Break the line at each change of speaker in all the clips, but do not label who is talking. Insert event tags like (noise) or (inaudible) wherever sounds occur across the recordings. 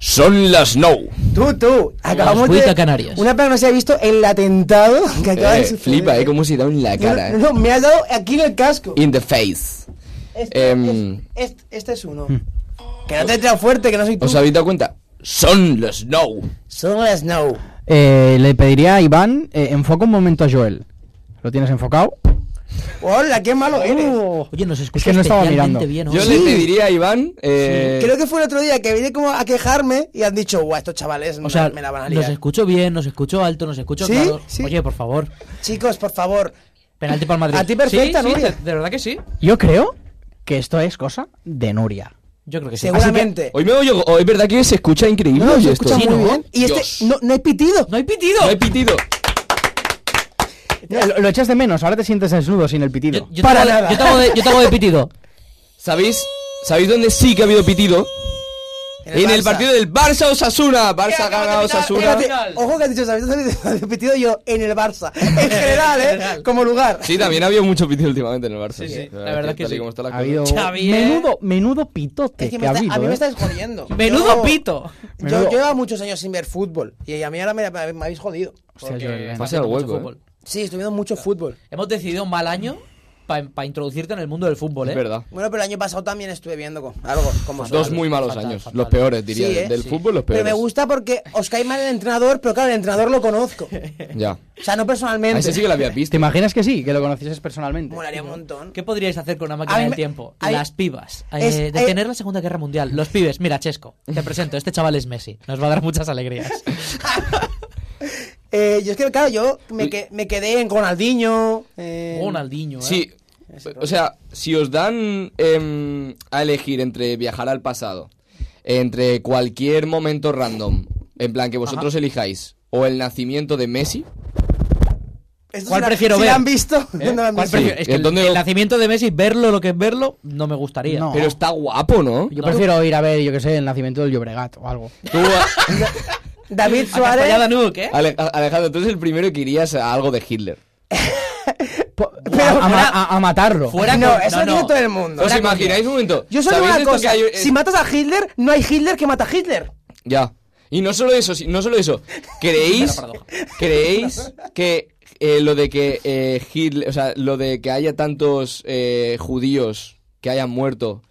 Son las 9.
Tú, tú, acabamos
vuelta
de...
a Canarias.
Una pena que no se haya visto el atentado que acaba de
Eh,
suceder.
flipa, eh, cómo se da en la
No,
cara.
No, no, me has dado aquí en el casco.
In the face.
Este,
em.
es, este- este es uno. Que no te he tirado fuerte, que no soy tú.
¿Os habéis dado cuenta? Son las 9.
Son las no.
Eh, le pediría a Iván, eh, enfoca un momento a Joel. ¿Lo tienes enfocado?
Hola, qué
Oh.
malo eres.
Oye, nos escucha
Es que no estaba
especialmente bien,
mirando.
Yo
hoy.
le pediría a Iván. Eh,
Creo que fue el otro día que vine como a quejarme y han dicho, guau, estos chavales
O sea,
me la van a
nos
liar.
escucho bien, nos escucho alto, nos escucho
Sí,
claro.
sí.
Oye, por favor,
Chicos, por favor.
penalti para el Madrid.
A ti perfecta,
sí, sí,
Nuria.
de, de verdad que sí.
Yo creo que esto es cosa de Nuria.
Yo creo que sí.
Seguramente.
Hoy me oigo. hoy es verdad que se escucha increíble.
No,
oye,
se
esto.
escucha
Sí,
muy
¿no?
bien. Y
Dios.
este, no, no hay pitido.
¡No hay pitido!
No hay pitido.
Lo, lo echas de menos, ahora te sientes desnudo sin el pitido.
Yo, yo
Para
te hago de-
nada.
yo te hago de- yo te hago de pitido.
¿Sabéis? ¿Sabéis dónde sí que ha habido pitido? En el
Barça.
partido del Barça Osasuna. Barça
acabas de
gana
pitar,
Osasuna.
acabas de
Espérate, Ojo que has dicho, ¿sabes? (laughs) Has repetido yo en el Barça.
(laughs)
En general, ¿eh? Como lugar.
Sí, también ha habido mucho pitido últimamente en el Barça.
Sí, sí, la eh.
verdad
verdad
que
que
tal y
sí.
como está la
Ha
cosa.
habido
Xavier.
menudo, menudo pitote
Es que
que,
me
ha
está-
habido.
a mí
¿eh?
me estás jodiendo. (laughs)
¡Menudo
Yo-
pito!
Yo, yo
Menudo-
llevaba muchos años sin ver fútbol. Y a mí ahora me, me habéis jodido.
Hostia, Joel, eh.
Pase al
Mucho
hueco,
fútbol.
Sí, estoy viendo mucho fútbol.
Hemos decidido un mal año para introducirte en el mundo del fútbol, ¿eh?
Es verdad.
Bueno, pero el año pasado también estuve viendo co- algo como
Dos muy malos
fatal,
años.
fatal.
Los peores, diría.
Sí,
de-
¿eh?
Del
Sí.
fútbol, los peores.
Pero me gusta porque os cae mal el entrenador, pero claro, el entrenador lo conozco. O
Ya.
sea, no
A
personalmente.
ese sí que la había visto.
¿Te imaginas que sí? Que lo conocieses personalmente.
Molaría un montón.
¿Qué podríais hacer con una
A
máquina
mí
del
me-
tiempo?
a mí-
Las pibas.
Es-
Eh,
eh,
detener la Segunda Guerra Mundial. Los pibes. Mira, Chesco, te presento. Este chaval es Messi. Nos va a dar
(laughs)
muchas alegrías.
Eh, yo es que, claro, yo me, que- me quedé en Ronaldinho. Eh,
Ronaldinho, ¿eh?
Sí. O sea, si os dan em, a elegir entre viajar al pasado, entre cualquier momento random, en plan que vosotros elijáis, o el nacimiento de Messi,
Esto es
¿Cuál
una-
prefiero
si
ver?
la han visto? (laughs) No la han
¿Eh? ¿Cuál
visto.
prefiero? Es que el,
¿Dónde-
el nacimiento de Messi, verlo lo que es verlo, no me gustaría.
No.
pero está guapo, ¿no?
Yo
No.
prefiero ir a ver, yo que sé, el nacimiento del Llobregat o algo.
(laughs)
Tú,
¿Eh?
a-
David
Suárez.
(laughs) Suárez.
¿eh?
Ale- a- Alejandro, tú eres el primero que irías a algo de Hitler.
Po- a, a ma- a- a matarlo.
Fuera
no,
con-
eso
no,
lo tiene
no.
todo el mundo.
¿Os imagináis un momento?
Yo solo
¿Sabéis
digo una
esto que
cosa.
hay, eh,
Si matas a Hitler, no hay Hitler que mata a Hitler.
Ya. Y no solo eso, si- no solo eso. ¿Creéis,
Una paradoja.
¿creéis que eh, lo de que eh, Hitler, o sea, lo de que haya tantos eh, judíos que hayan muerto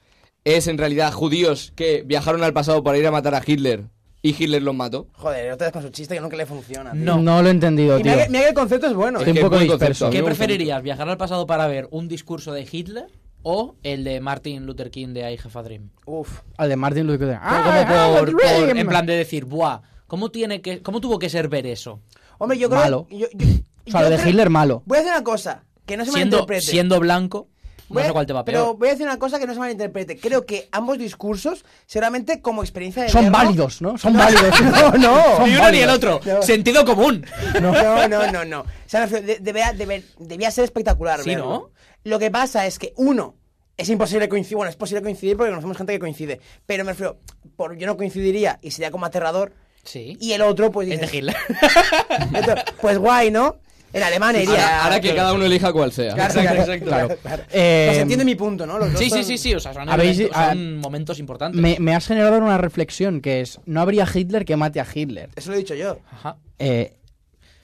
es en realidad judíos que viajaron al pasado para ir a matar a Hitler y Hitler los mató?
Joder, otra vez con su chiste que nunca le funciona. tío.
No. lo he entendido,
Y
tío.
mira que, mira que el concepto es bueno. eh.
Estoy
Es
un
que
poco
es buen concepto,
disperso.
a mí
¿Qué
me gusta
preferirías? ¿Viajar al pasado para ver un discurso de Hitler o el de Martin Luther King de I Have a Dream?
Uf.
Al de Martin Luther King. Ah,
Pero
I have a
como por, por-
dream.
en plan de decir, buah, ¿cómo, tiene que, ¿cómo tuvo que ser ver eso?
Hombre, yo creo.
Malo.
Yo, yo-
O sea, lo
yo
de
creo-
Hitler malo.
Voy a decir una cosa. Que no se
Siendo,
malinterprete.
siendo blanco,
Voy
no
a-
sé cuál te va
Pero
peor.
voy a decir una cosa que no se malinterprete. Creo que ambos discursos, seguramente como experiencia de.
Son
guerra-
válidos, ¿no? Son válidos. (laughs) No,
no.
Son
ni uno ni el
válidos. (laughs)
otro.
No.
Sentido común.
No, no, (laughs) no, no. O sea, me refiero, de- debía, debe- debía ser espectacular.
Sí,
verlo.
¿no?
Lo que pasa es que, uno, es imposible coincidir. Bueno, es posible coincidir porque conocemos gente que coincide. Pero me refiero, por, yo no coincidiría y sería como aterrador.
Sí.
Y el otro, pues.
Es
dices,
de Hitler.
(laughs) Entonces, pues guay, ¿no? En alemán iría.
Ahora, ahora que cada uno elija cual sea.
Claro, claro, claro, claro.
Eh,
Pues se entiende mi punto, ¿no? Los dos
(laughs) Sí, sí,
son-
sí, sí. O sea, son,
Habéis-
eventos-
ah,
son momentos importantes.
Me, me has generado una reflexión que es, no habría Hitler que mate a Hitler.
Eso lo he dicho yo.
Ajá.
Eh,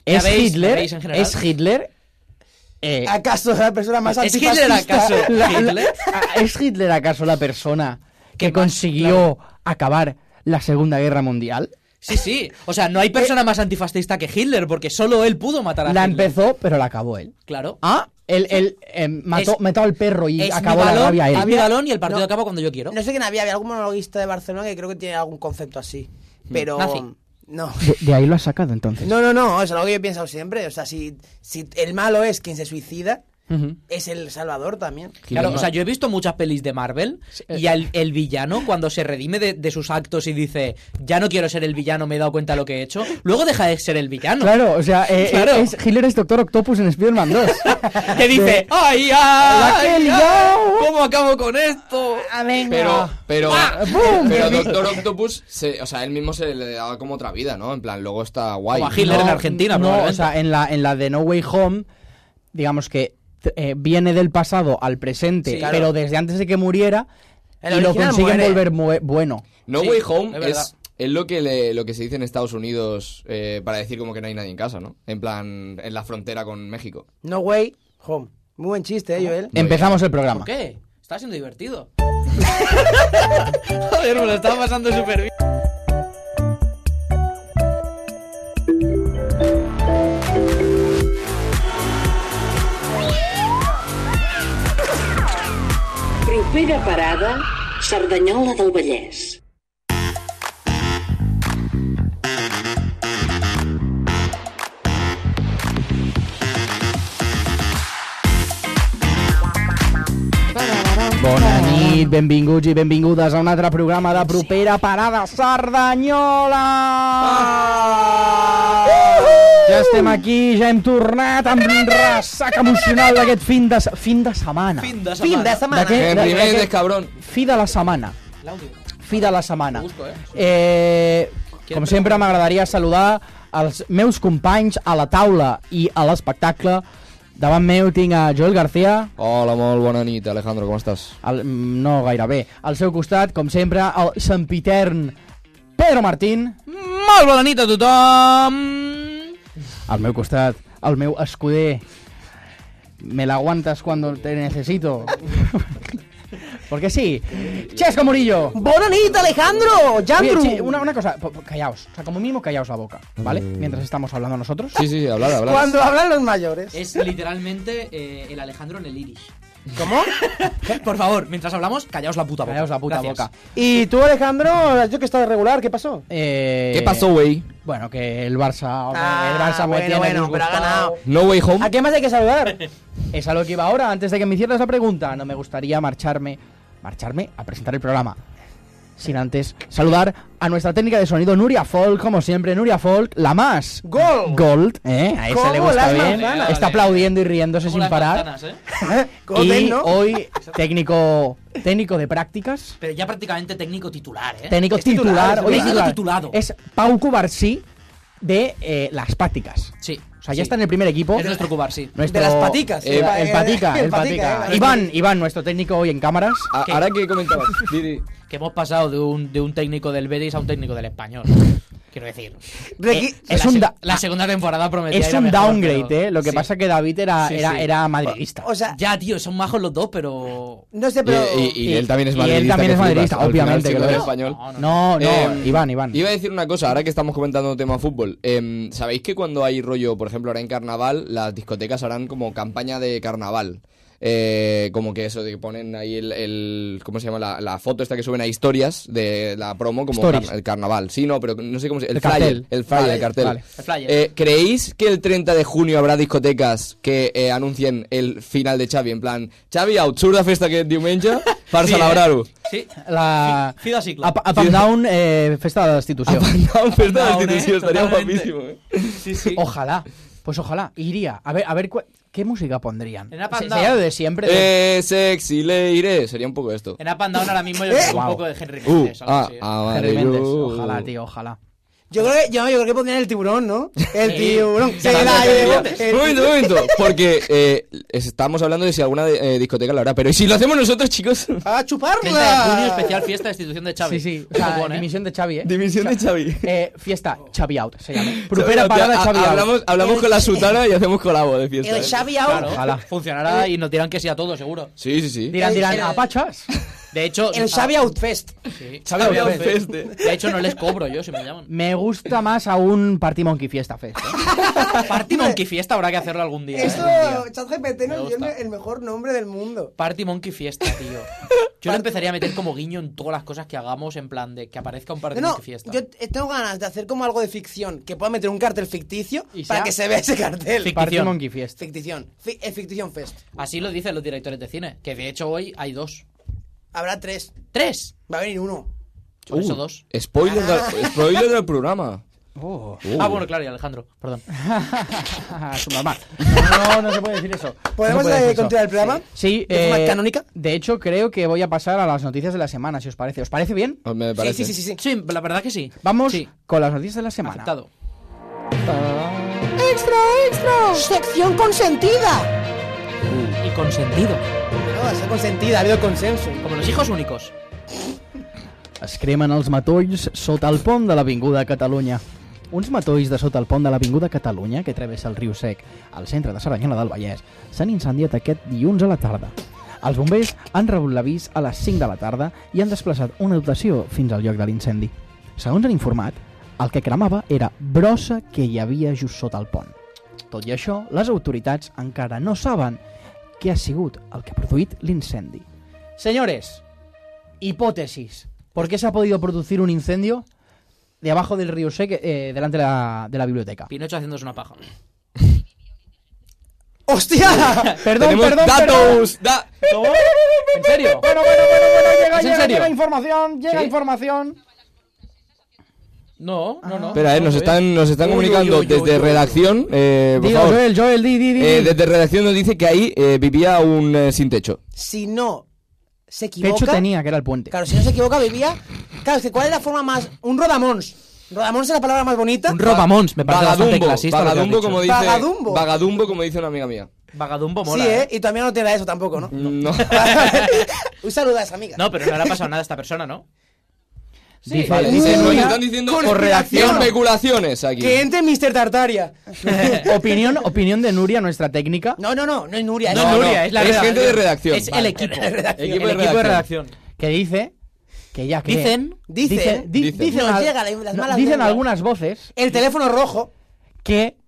es
¿Ya veis? ¿Ya
Hitler,
veis en general?
es Hitler, eh,
¿Acaso es la persona más
¿Es Hitler
antifascista?
acaso
la- la-
Hitler?
a- ¿es Hitler acaso la persona que consiguió acabar la Segunda Guerra Mundial?
Sí, sí. O sea, no hay persona más antifascista que Hitler porque solo él pudo matar a
Eh, La
Hitler.
empezó, pero la acabó él.
Claro.
Ah, él, él, eh, mató,
Es-
mató al perro y
Es mi
acabó la
balón,
rabia él.
es mi balón y el partido
No.
acaba cuando yo
(laughs)
quiero.
No sé quién había, había algún monologuista de Barcelona que creo que tiene algún concepto así. Pero.
Hmm. Nazi.
No.
De, de ahí lo has sacado entonces.
No, no, no, es algo que yo he pensado siempre. O sea, si, si el malo es quien se suicida,
Ujú.
es el salvador también.
Claro, o sea, yo he visto muchas pelis de Marvel y al- el villano cuando se redime de, de sus actos y dice, ya no quiero ser el villano, me he dado cuenta de lo que he hecho, luego deja de ser el (laughs) villano.
Claro, o sea, eh, eh,
Claro.
es- Hitler es Doctor Octopus en Spider-Man 2.
Que dice, "Oh, ¡ay, ay!
que he
ay,
liado".
¿Cómo acabo con esto?
Pero, pero,
Ah,
eh,
¡Bum!
pero Doctor Octopus, se- o sea, él mismo se le daba como otra vida, ¿no? En plan, luego está guay.
Como a Hitler en Argentina,
no, o
probablemente.
sea, en la, en la de No Way Home, digamos que t- eh, viene del pasado al presente,
Sí,
pero
claro.
desde antes de que muriera,
El
y lo
original
consiguen
muere.
volver mue- bueno.
No
Sí,
Way Home
es verdad.
es, Es lo que, le- lo que se dice en Estados Unidos eh, para decir como que no hay nadie en casa, ¿no? En plan, en la frontera con México.
No way, home. Muy buen chiste, ¿eh, Joel?
Empezamos el programa.
¿Por qué? Está siendo
(laughs)
divertido. (laughs) Joder, me lo estaba pasando súper bien.
Propera parada, Cerdanyola del Vallès.
Bona nit, benvinguts i benvingudes a un altre programa de propera parada Cerdanyola! Ah! Ja estem aquí, ja hem tornat amb un ressac emocional d'aquest fin de, se- fin de setmana.
Fin de
Fin de
semana.
semana.
D'aquest-
Henry
d'aquest-
Méndez, cabrón.
Fi de la setmana.
L'àudio.
Fi de la setmana.
Ho busco, eh?
Eh, com sempre m'agradaria saludar els meus companys a la taula i a l'espectacle. Davant meu tinc a Joel García.
Hola, molt bona nit, Alejandro, com estàs?
El, mm, no gairebé. Al seu costat, com sempre, el sempitern Pedro Martín.
Molt bona nit a tothom!
Al meu costat, el meu escuder. Me la aguantas cuando te (laughs) necesito. Porque sí. Chesco Murillo.
Bona nit, Alejandro!
Oye,
¡Yandru!
chi- una, una cosa, po- po- callaos. O sea, como mínimo callaos la boca, ¿vale?
Mm.
Mientras estamos hablando nosotros.
Sí, sí, sí, hablad, hablad.
Cuando hablan los mayores.
Es literalmente eh, el Alejandro en el Irish. ¿Cómo? (laughs) Por favor, mientras hablamos, callaos la puta boca.
Callaos la puta
Gracias.
boca.
Y tú, Alejandro, yo que estaba regular, ¿qué pasó?
Eh,
¿Qué pasó, güey?
Bueno, que el Barça. hombre,
Ah,
el Barça me
bueno,
tiene
bueno, pero ha
disgustado.
ganado.
No way home.
¿A qué más hay que
(laughs)
saludar?
Es a lo que iba ahora, antes de que me hicieras la pregunta. No me gustaría marcharme, marcharme a presentar el programa. Sin antes saludar a nuestra técnica de sonido, Nuria Folk, como siempre, Nuria Folk, la más
Gold.
gold, ¿eh? A esa
Como
le gusta
las
bien.
manzanas.
Está aplaudiendo y riéndose
Como
sin
las
parar.
manzanas, ¿eh?
Golden,
y
¿no?
hoy, técnico, técnico de prácticas,
Pero ya prácticamente técnico titular, ¿eh?
técnico
Es titular,
titular,
es
hoy es
técnico titulado.
Es Pau Cubarsí de eh, las prácticas.
Sí.
O sea,
sí.
ya está en el primer equipo.
Es nuestro cubar, sí.
Nuestro-
De las paticas. Eh,
Eh, el patica,
el
el
patica,
patica.
eh.
Iván, Iván, nuestro técnico hoy en cámaras.
A- Ahora que comentabas, Didi.
Que hemos pasado de un, de un técnico del Betis a un técnico del español. Quiero decir.
Requi-
Es
la,
un
se-
da-
la segunda temporada prometida.
Es
era
un
mejor,
downgrade,
pero-
eh. Lo que
sí.
pasa que David era,
Sí,
era,
sí.
era madridista.
O sea,
Ya, tío, son majos los dos, pero.
no sé, pero...
Y, y- y él también es
eh, Y él
madridista.
también
que
es
flipas.
madridista,
Al final,
obviamente
chico
que lo
del
es.
español.
No, no,
Eh,
Iván, Iván.
Iba a decir una cosa, ahora que estamos comentando tema fútbol. em, ¿Sabéis que cuando hay rollo, por ejemplo, ahora en carnaval, las discotecas harán como campaña de carnaval? Eh, como que eso de que ponen ahí el, el- ¿cómo se llama? La, la foto esta que suben a historias de la promo como
Stories.
car- el carnaval. Sí, no, pero no sé cómo se
El
El, flyer,
cartel.
el flyer,
Vale,
el cartel.
vale.
El flyer.
Eh, ¿Creéis que el 30 de junio habrá discotecas que eh, anuncien el final de Xavi? En plan, Xavi, out, surt de festa que diumenge per
Sí, eh.
celebrar-ho. (laughs)
Sí.
La...
Fi- fi de cicle.
Up, up and down, eh, festa de la
Ah, (laughs)
destitución.
Apandao, festa de
Apandao, eh,
institución, estaría
totalmente.
guapísimo, eh.
Sí, sí.
Ojalá. Pues ojalá. Iría. A ver, a ver cu- qué música pondrían.
Era
Se-
up and
Sería
down.
lo de siempre. de-
Eh, sexy lady, sería un poco esto.
En Up and Down ahora mismo yo creo que un
Eh, Wow.
poco de Henry
Uh,
Méndez, algo
ah,
así, ¿eh?
ah,
Henry
vale,
Méndez.
yo-
Ojalá, tío, ojalá.
Yo creo que, yo, yo creo que pondrían el tiburón,
(laughs)
¿no? El tiburón. Se
También
la
el
llevó.
tiburón.
Un
El-
momento, un momento, porque eh, estamos hablando de si alguna eh, discoteca lo hará, pero ¿y si lo hacemos nosotros, chicos? (laughs)
¡A
30 de junio,
chuparla!
especial fiesta de institución de Xavi.
Sí, sí. O
Qué
sea,
copón, ¿eh?
dimisión de Xavi, eh.
Dimisión de Xavi.
Eh, fiesta Xavi Out se llama. Propera parada
Ha-
Xavi Out.
Hablamos, hablamos con la sutana y hacemos colabo de fiesta.
El
eh.
Xavi out.
Claro,
Ojalá.
funcionará y nos dirán que sí a todo, seguro.
Sí, sí, sí.
Dirán, dirán,
El- el-
apachas.
De hecho, ah,
El Xavi out fest.
sí.
Xavi Out
Xavi
Fest.
Out Fest.
De hecho, no les cobro yo si me
(laughs)
llaman.
Me gusta más aún Party Monkey Fiesta Fest. ¿eh?
Party Monkey Fiesta habrá que hacerlo algún día. ¿eh?
Esto,
Algún día.
ChatGPT
Me
nos dio
gusta.
el mejor nombre del mundo.
Party Monkey Fiesta, tío. Yo lo empezaría a meter como guiño en todas las cosas que hagamos, en plan de que aparezca un Party
No, no,
Monkey Fiesta.
yo eh, tengo ganas de hacer como algo de ficción, que pueda meter un cartel ficticio
Y
para
sea-
que se vea ese cartel.
Fic-
Party
Ficción.
Monkey Fiesta.
Fictición. Fi- eh, fictición Fest.
Así lo dicen los directores de cine, que de hecho hoy hay dos.
Habrá tres.
¡Tres!
Va a venir uno.
Por eso
Uh,
dos.
Spoiler, del, spoiler del programa.
Oh.
Uh.
Ah, bueno, claro, y Alejandro, perdón.
Subnormal. No, no se puede decir eso.
¿Podemos
No se puede decir
eh,
eso.
continuar el programa?
Sí,
¿De forma
eh,
canónica?
De hecho, creo que voy a pasar a las noticias de la semana, si os parece. ¿Os parece bien?
Me
Sí,
parece.
sí, sí, sí, sí.
Sí, la verdad que sí.
Vamos
Sí,
con las noticias de la semana.
aceptado.
¡Extra, extra! ¡Sección consentida!
Y consentido.
No, va a ser consentida, ha habido consenso.
Como los hijos únicos.
Es cremen els matolls sota el pont de l'Avinguda Catalunya. Uns matolls de sota el pont de l'Avinguda Catalunya, que travessa el riu Sec, al centre de Cerdanyola del Vallès, s'han incendiat aquest dilluns a la tarda. Els bombers han rebut l'avís a les 5 de la tarda i han desplaçat una dotació fins al lloc de l'incendi. Segons han informat, el que cremava era brossa que hi havia just sota el pont. Tot i això, les autoritats encara no saben què ha sigut el que ha produït l'incendi. Señores, hipótesis. ¿Por qué se ha podido producir un incendio de abajo del río Sec, eh, delante de la, de la biblioteca?
Pinocho haciéndose una paja.
¡Hostia!
Perdón,
Tenemos
perdón, perdón.
datos. da-
(laughs)
¿En serio?
Bueno, bueno, bueno, bueno, llega,
¿Es en
llega,
serio?
llega información, llega
¿Sí?
información.
No, no, no.
Espera, eh, nos
No,
están, nos están
Uy, uy,
comunicando
uy, uy,
desde
uy, uy.
redacción. eh, por
Digo,
favor.
Joel, Joel, di, di, di.
Eh,
di.
desde redacción nos dice que ahí eh, vivía un eh, sin techo.
si no se
Que hecho
equivoca.
tenía, que era el puente.
Claro, si no se equivoca, vivía. Claro, es que ¿cuál es la forma más. Un rodamons. Rodamons es la palabra más bonita.
Un Robamons, me parece bastante
Vagadumbo,
clasista. lo que has
vagadumbo
dicho.
como dice,
Vagadumbo.
vagadumbo como dice una amiga mía.
Vagadumbo mola.
sí, ¿eh? Y también no te da eso tampoco, ¿no?
(laughs)
No.
(laughs) Un saludo a esa amiga.
No, pero no le ha pasado nada a esta persona, ¿no?
Dice-
Vale,
Uy,
dice, nos
mira.
están diciendo
Con reacción.
especulaciones aquí.
Que entre Mr. Tartaria.
opinión, opinión de Nuria, nuestra técnica,
No, no, no, no es Nuria.
No,
es
no,
Nuria.
Nuria, es la
es
redacción.
gente de redacción.
Es el
Vale.
equipo.
Equipo
el
de
equipo de redacción.
que dice que ya que...
Dicen.
Dice.
Dicen, di-
Dicen.
dicen
Nos
al-
llega la- las
no,
malas
dicen
lenguas.
algunas voces
El teléfono rojo.
que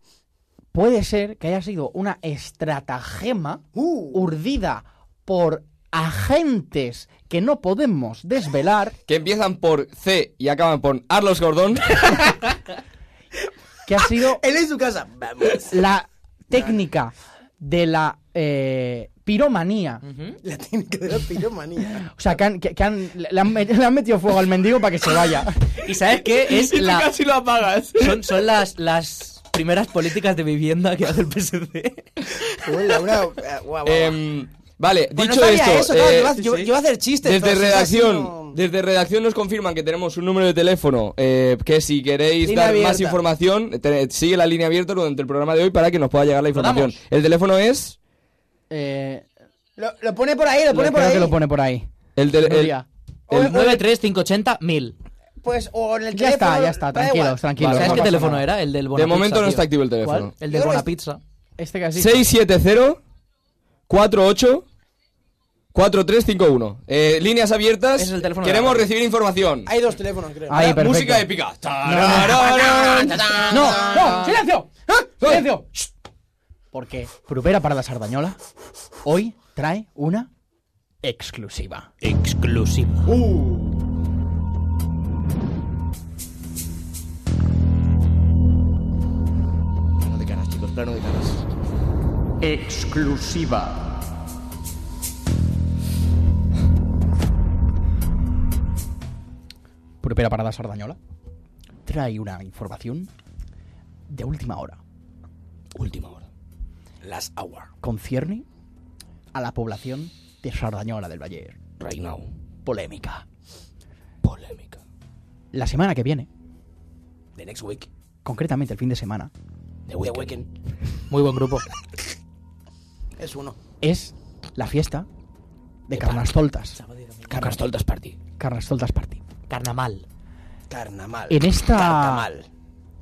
puede ser que haya sido una estratagema
Uh.
urdida por agentes que no podemos desvelar,
Que empiezan por C y acaban por Arlos Gordón.
que ha
(laughs)
sido
Él en su casa. (laughs) Vamos.
la técnica de la eh, piromanía.
La técnica de la piromanía.
O sea, que, han- que- que han- le, han, met- (laughs) le han metido fuego al mendigo para que se
(laughs)
vaya.
¿Y sabes qué? Es la,
lo apagas.
son, son las, las primeras políticas de vivienda que hace el PSD.
Hola, una. guau, eh, guau,
Ah,
guau.
vale,
Pues no
Em, dicho
sabía
esto,
eso, claro,
eh,
yo, iba a- yo- yo iba a hacer
Este
chistes.
desde
pero si es así,
redacción,
no-
desde redacción nos confirman que tenemos un número de teléfono eh, que si queréis
Línea
dar más
abierta.
información te- sigue la línea abierta durante el programa de hoy para que nos pueda llegar la información.
damos?
El teléfono es
Eh,
Lo, lo pone por ahí, lo
lo-
pone por
creo
ahí.
que lo pone por ahí.
el, tel- el-
Nuria.
el-
93580 1000.
Pues, o en el
Ya está,
teléfono,
ya está,
da
tranquilos,
igual.
tranquilos.
¿Sabes
no
qué
pasa
teléfono
nada.
era? El del Bona
de momento
Pizza,
no
tío.
está activo el teléfono.
El del
Yo no
Bona
es-
Pizza.
Este casi.
670 48 4351. Eh, líneas abiertas.
Ese es el teléfono de
Queremos
la radio.
recibir información.
Hay dos teléfonos, creo.
Ahí, perfecto.
Música épica. Tarararán.
No, no, silencio.
¿Eh?
¡Ah! Silencio. Shh. Porque Propera para la Sardañola hoy trae una exclusiva.
Exclusivo.
Uh.
Plano de caras, chicos, plano de caras.
Propera para la Sardañola trae una información de última hora.
Última hora. Last hour.
Concierne a la población de Sardañola del Valle.
Right now.
Polémica.
Polémica.
La semana que viene,
The next week.
concretamente el fin de semana,
The weekend. weekend.
Muy buen grupo.
Es uno.
es la fiesta de Carnastoltas.
Carnastoltas Party.
Carnastoltas Party.
Carnamal.
Carnamal.
En esta-
Carnamal.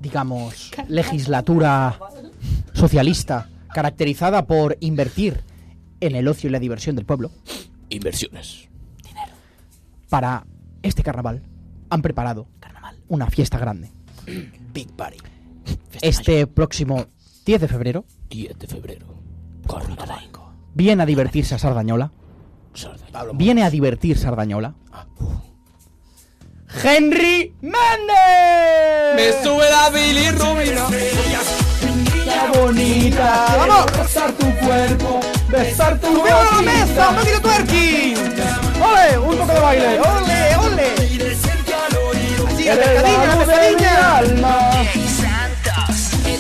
digamos, legislatura socialista caracterizada por invertir en el ocio y la diversión del pueblo,
Inversiones.
para este carnaval han preparado
Carnamal.
una fiesta grande.
Big Party.
Este próximo 10 de febrero,
10 de febrero. Carnaval.
viene a divertirse a Sardañola.
Pablo
Viene a divertir Sardañola. ¡Henry Méndez!
Me sube la bilirrubina.
bonita! ¡Vamos! Besar tu cuerpo, besar tu
¡Viva la mesa! ¡No quiero twerking!
¡Ole! ¡Un poco de baile!
¡Ole, ole! Así, a pescadilla, a pescadilla.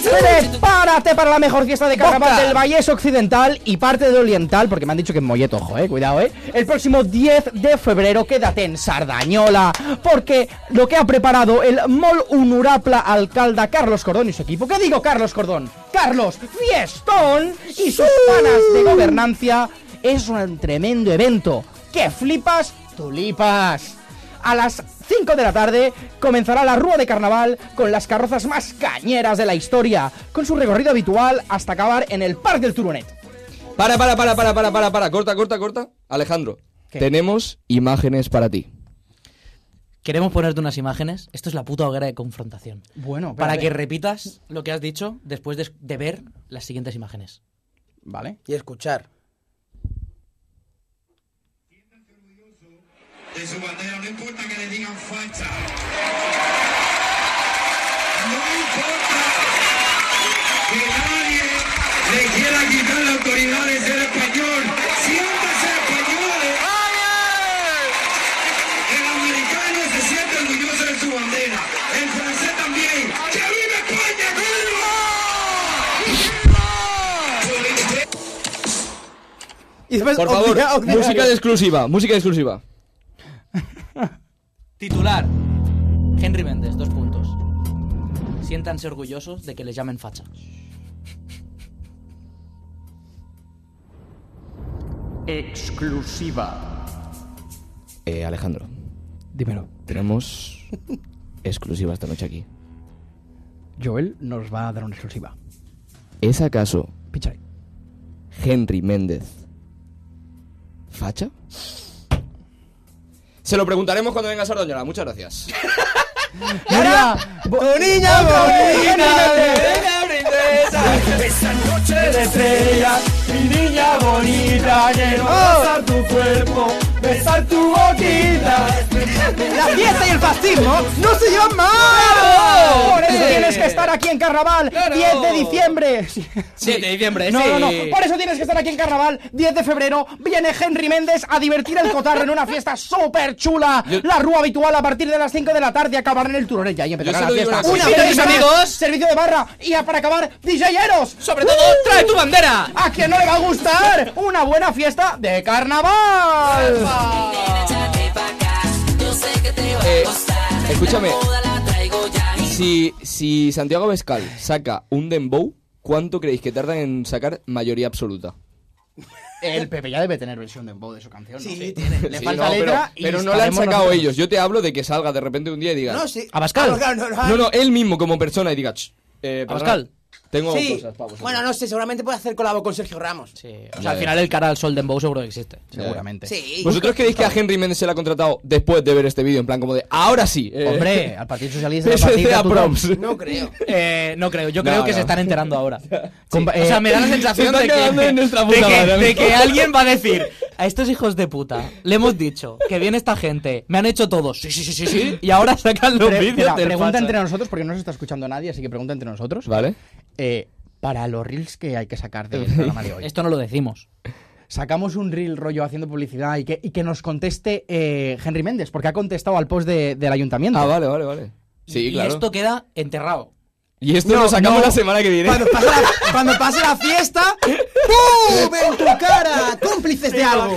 Prepárate para la mejor fiesta de carnaval
Boca.
del Vallés Occidental y parte del Oriental, porque me han dicho que es Mollet, ojo, eh, cuidado, eh. El próximo 10 de febrero quédate en Sardañola, porque lo que ha preparado el Mol Unurapla Alcalda Carlos Cordón y su equipo, ¿qué digo Carlos Cordón? Carlos Fiestón y sus panas de gobernancia es un tremendo evento. ¡Que flipas, tulipas! A las 5 de la tarde, comenzará la Rúa de Carnaval con las carrozas más cañeras de la historia, con su recorrido habitual hasta acabar en el Parque del Turonet.
Para, para, para, para, para, para, para. Corta, corta, corta. Alejandro,
¿Qué?
tenemos imágenes para ti.
Queremos ponerte unas imágenes. Esto es la puta hoguera de confrontación.
Bueno,
Para que repitas lo que has dicho después de, de ver las siguientes imágenes.
Vale.
Y escuchar.
de su bandera, no importa que le digan facha. No importa que nadie le quiera quitar la autoridad de ser español. Siéntase españoles. El americano se siente orgulloso de su bandera. El francés también. ¡Que vive España, coño! ¡Viva!
Y después,
Por favor,
obligado, obligado.
música de exclusiva, música de exclusiva.
Titular. Henry Méndez, dos puntos. Siéntanse orgullosos de que les llamen facha.
Eh, Alejandro,
Dímelo.
tenemos exclusiva esta noche aquí.
Joel nos va a dar una exclusiva.
¿Es acaso
Pichari.
Henry Méndez facha? Se lo preguntaremos cuando venga Sardoñola. Muchas gracias.
¡Nuria!
¡Bonilla, bonita!
Esa noche de estrellas, mi niña bonita, quiero besar tu cuerpo, besar tu boquita.
¡La fiesta y el fascismo no se llevan mal! Por eso tienes que estar aquí en Carnaval, 10 de diciembre.
7 de diciembre,
No,
sí.
no, no. Por eso tienes que estar aquí en Carnaval, 10 de febrero. Viene Henry Méndez a divertir el cotarro en una fiesta súper chula. La rúa habitual a partir de las 5 de la tarde acabar en el turonet. Y ahí empezará
Yo
la
solo digo
fiesta.
una cosa.
Una
Ustedes,
hora de bar,
amigos.
Servicio de barra. Y a- para acabar, DJeros.
Sobre todo, trae tu bandera.
¿A quién no le va a gustar? Una buena fiesta de Carnaval.
Eh, escúchame. Si, si Santiago Vescal saca un Dembow, ¿cuánto creéis que tardan en sacar mayoría absoluta?
El Pepe ya debe tener versión de Bow de su canción. ¿no?
Sí, tiene.
Le
Sí,
falta
no, pero-
letra y
pero, no la han
estaremos
sacado
nosotros.
ellos. Yo te hablo de que salga de repente un día y diga.
No, sí.
Abascal.
Ah, claro, no, no,
No, no, él mismo como persona y diga, "Ch, eh, perdona,
Abascal.
Tengo
Sí.
cosas para vosotros".
Bueno, no sé, seguramente puede hacer colabo con Sergio Ramos.
Sí, Eh, o
Ya,
sea, al
ya.
final el cara al sol de Mbow seguro que existe.
Seguramente.
Sí.
Eh. ¿Vosotros creéis que a Henry Méndez se le ha contratado después de ver este vídeo? En plan, como de, ahora sí. eh, (laughs)
Hombre, al Partido Socialista. al
PSC
Partido
a (laughs)
Tutón.
proms.
No creo.
Eh, no creo, yo
No,
creo que
no.
se están enterando (laughs) ahora.
Compa-
O sea,
eh,
me da la
se
sensación
están
de
cagando
que,
en nuestra
de
puta
que-
madre,
de
amigo.
(laughs) que alguien va a decir a estos hijos de puta, le hemos dicho que viene esta gente, me han hecho todos, sí, sí, sí, sí, sí, y ahora sacan los
Pre- espera,
vídeos del
pregunta
WhatsApp.
entre nosotros porque no se está escuchando nadie, así que pregunta entre nosotros.
¿Vale?
Eh, para los reels que hay que
(laughs)
sacar del programa de hoy.
Esto no lo decimos.
Sacamos un reel rollo haciendo publicidad y que, y que nos conteste eh, Henry Méndez, porque ha contestado al post de- del ayuntamiento.
Ah, vale, vale, vale. Sí,
y
claro.
esto queda enterrado.
Y esto lo sacamos la semana que viene. (laughs)
Cuando pase la, cuando pase la fiesta, ¡pum! ¡En tu cara! ¡Cómplices de algo!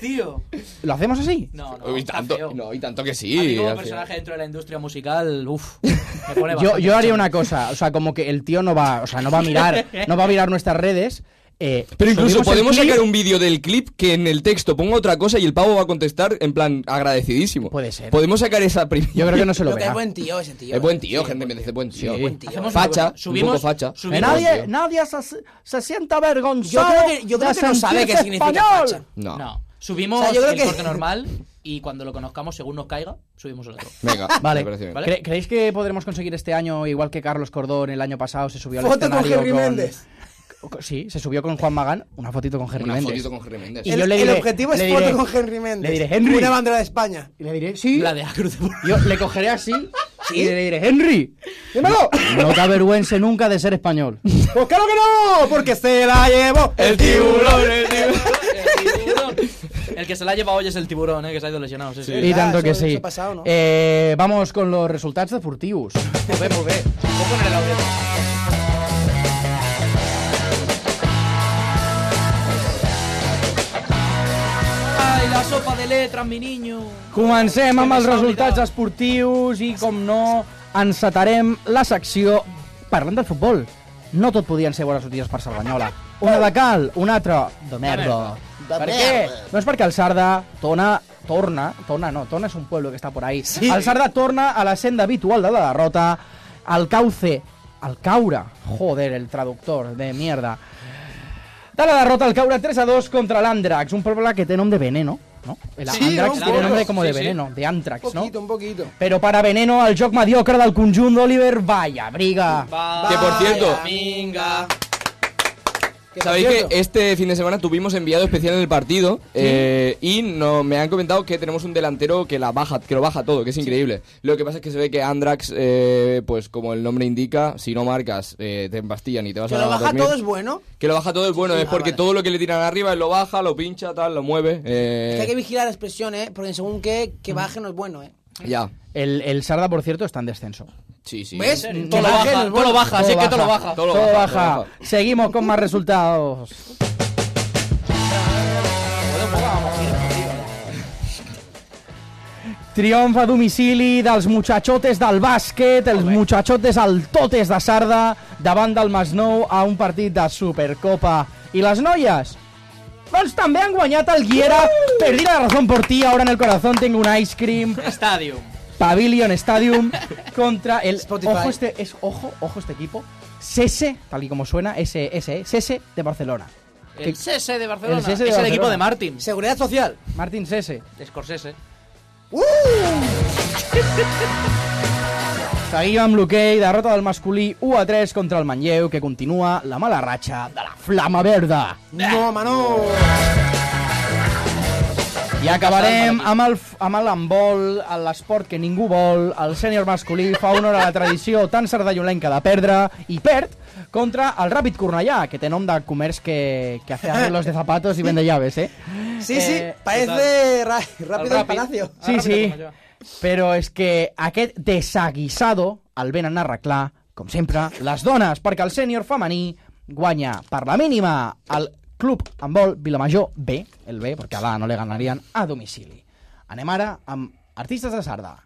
tío?
¿Lo hacemos así?
Este No, no,
y
está
tanto,
feo.
no, y tanto que
A mí
sí.
como
al
personaje
final.
dentro de la industria musical, uff, me (laughs) pone
Yo,
bastante
yo haría
cachondo.
una cosa, o sea, como que el tío no va, o sea, no va
(laughs)
a mirar, no va a mirar nuestras redes. eh,
Pero incluso
subimos el
podemos
clip-
sacar un vídeo del clip que en el texto ponga otra cosa y el pavo va a contestar en plan agradecidísimo.
Puede ser.
Podemos sacar esa primera.
Yo creo que no se lo
Lo que es
verá.
buen tío ese
Eh,
tío.
Es buen tío,
Sí,
Henry Méndez, es buen tío.
Sí. Buen
tío.
Hacemos
una
facha,
cosa.
subimos, un poco
Subimos-
facha.
subimos-
Buen
nadie,
tío.
nadie se, se sienta avergonzado.
Yo creo que- yo creo
de
que no sabe qué
sentirse
significa
español.
facha.
No.
No. Subimos
O sea, yo creo
el
que-
corte normal y cuando lo conozcamos, según nos caiga, subimos el otro.
(laughs) Venga,
Vale.
me parece bien.
¿Cre- ¿Creéis que podremos conseguir este año, igual que Carlos Cordón el año pasado se subió al
Foto con
escenario
Henry Méndez.
con- Sí, se subió con Juan Magán, una fotito con Henry
Una
Méndez.
fotito con Henry Méndez.
Y
el,
yo le
el
diré-
objetivo es
le
foto
diré-
con Henry Méndez.
le diré, Henry.
Una bandera de España.
Y le diré, sí.
La de la cruz de
(laughs) Yo le cogeré así y le diré, Henry, dímelo. No te avergüences nunca de
(laughs)
ser español.
Pues claro que no, porque se la llevó
El tiburón, el tiburón.
El tiburón. El que se la ha llevado hoy es el tiburón, eh, que se ha ido lesionado. Sí, sí.
Y
verdad,
tanto
eso-
que
eso
sí.
ha pasado, ¿no?
Eh, vamos con los resultados de Furtivus.
Pues ve, pues ve. Voy a poner el audio.
Ay, la sopa de letras, mi niño.
Comencem amb
Se
els
m'està
eh?
resultats
oblidant.
esportius i, com no, encetarem la secció parlant del futbol. No tot podien ser bones notícies per Cerdanyola. Una de cal, una altra de merda.
De
Per
merda.
què? Doncs perquè el Sarda torna torna, torna no, torna es un pueblo que está por ahí.
Sí.
El Sardà torna a la senda habitual de la derrota, al cauce, al Caura, joder, el traductor de mierda. Da la derrota al Caura 3 a 2 contra el Andrax, un pueblo que tiene nombre de veneno, ¿no? El
Sí,
Andrax
un
tiene
poco,
nombre como de
sí, sí.
veneno, de Antrax, ¿no?
un poquito.
Però para veneno al joc mediocre del conjunt d'Oliver, vaya, briga.
Que por cierto,
Minga.
sabéis que este fin de semana tuvimos enviado especial en el partido eh, y no, me han comentado que tenemos un delantero que la baja, que lo baja todo, que es increíble. Lo que pasa es que se ve que Andrax, eh, pues como el nombre indica, si no marcas, eh, te embastillan y te vas
Que
a
lo baja
dormir.
todo es bueno.
Que lo baja todo es bueno, es
Ah,
porque
vale.
todo lo que le tiran arriba, él lo baja, lo pincha, tal, lo mueve. eh,
Que hay que vigilar la expresión, ¿eh? Porque según que, que baje no es bueno, ¿eh?
Ya.
El, el Sarda, por cierto, está en descenso.
Sí, sí.
¿Ves?
serio?
Todo
Que
lo
baje,
baja, todo lo baja.
Todo
Así que todo lo baja. (laughs)
Todo, baja. Seguimos con más resultados. Triomf a domicili dels muchachotes del bàsquet, els muchachotes al totes de Sarda, davant del Masnou a un partit de Supercopa. I les noies? Doncs també han guanyat el Guiera,
Uhuh!
perdí la razón por ti, ahora en el corazón tengo un ice cream,
Stadium.
Pavilion Stadium contra el
Spotify.
ojo este es ojo ojo este equipo Sese tal y como suena S S E, Sese de Barcelona
El
Que-
CS de Barcelona.
El CS de
es
Barcelona.
el equipo de Martin.
Seguridad social.
Martín Sese
Scorsese.
seguim amb l'hoquei derrota del masculí 1 a 3 contra el Manlleu que continua la mala ratxa de la flama verda
No, mano.
i acabarem amb el f- amb l'handbol l'esport que ningú vol el sènior masculí fa honor a la tradició tan sardallonenca de perdre i perd contra el Ràpid Cornellà que té nom de comerç que, que hace arreglos de zapatos i vende llaves eh
Sí, sí.
Eh,
Parece ra- rápido el
Rapid.
palacio.
Ah,
Sí,
ràpid,
sí,
com jo.
però és que aquest desaguisado el venen a arreglar, com sempre, les dones, perquè el sènior femení guanya per la mínima el club amb vol Vilamajor B, el B, perquè a l'A no li ganarien a domicili. Anem ara amb Artistes de Sarda.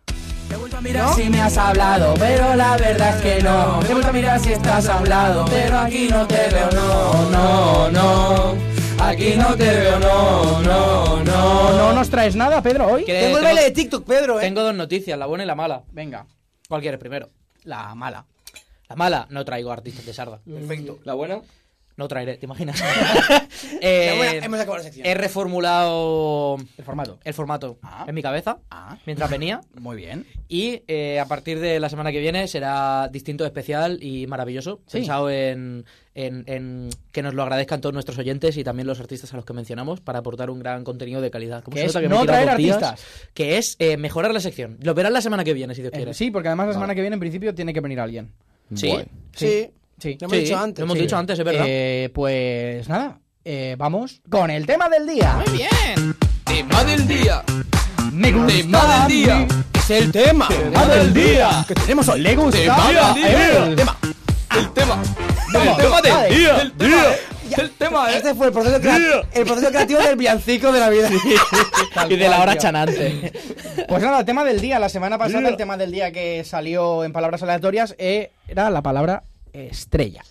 Te vuelvo a mirar si me has hablado, pero la verdad es que no. Te vuelvo a mirar si estás a un lado, pero aquí no te veo, no, no, no. Aquí no te veo, no, no, no. No nos traes nada, Pedro, hoy.
Que
Tengo el baile de TikTok, Pedro, ¿eh?
Tengo dos noticias, la buena y la mala.
Venga.
¿Cuál quieres primero? La mala. La mala, no traigo artistas de sarda.
Perfecto.
¿La buena?
No traeré, ¿te
(laughs)
imaginas? (laughs)
La
Eh,
buena- hemos acabado la sección.
he reformulado
El formato.
el formato
Ah.
en mi cabeza
Ah.
mientras venía.
Muy bien.
Y eh, a partir de la semana que viene será distinto, especial y maravilloso.
Sí.
Pensado en, en- en que nos lo agradezcan todos nuestros oyentes y también los artistas a los que mencionamos para aportar un gran contenido de calidad. ¿Cómo
Que
se
es
nota me
no
he tirado
traer
dos días?
artistas.
Que es eh, mejorar la sección. Lo verás la semana que viene, si Dios quiere.
Eh, sí, porque además la semana que viene en principio tiene que venir alguien.
Sí.
Guay.
Sí.
Sí.
Lo hemos
Sí,
dicho antes.
lo hemos dicho antes, es verdad.
Eh, pues nada, eh, vamos con el tema del día.
Muy bien.
Tema del día.
Me
Tema del día.
Es el tema. Tema del día. Que tenemos hoy. Le gusta.
Tema del día.
el tema.
El tema.
Vamos,
El tema del
dale.
día. El tema. El tema, ¿eh?
Este fue el proceso, crea- el proceso creativo del villancico de la vida.
y de la
cual,
hora
tío.
chanante.
Pues nada, tema del día. La semana pasada el tema del día que salió en palabras aleatorias eh, era la palabra estrella.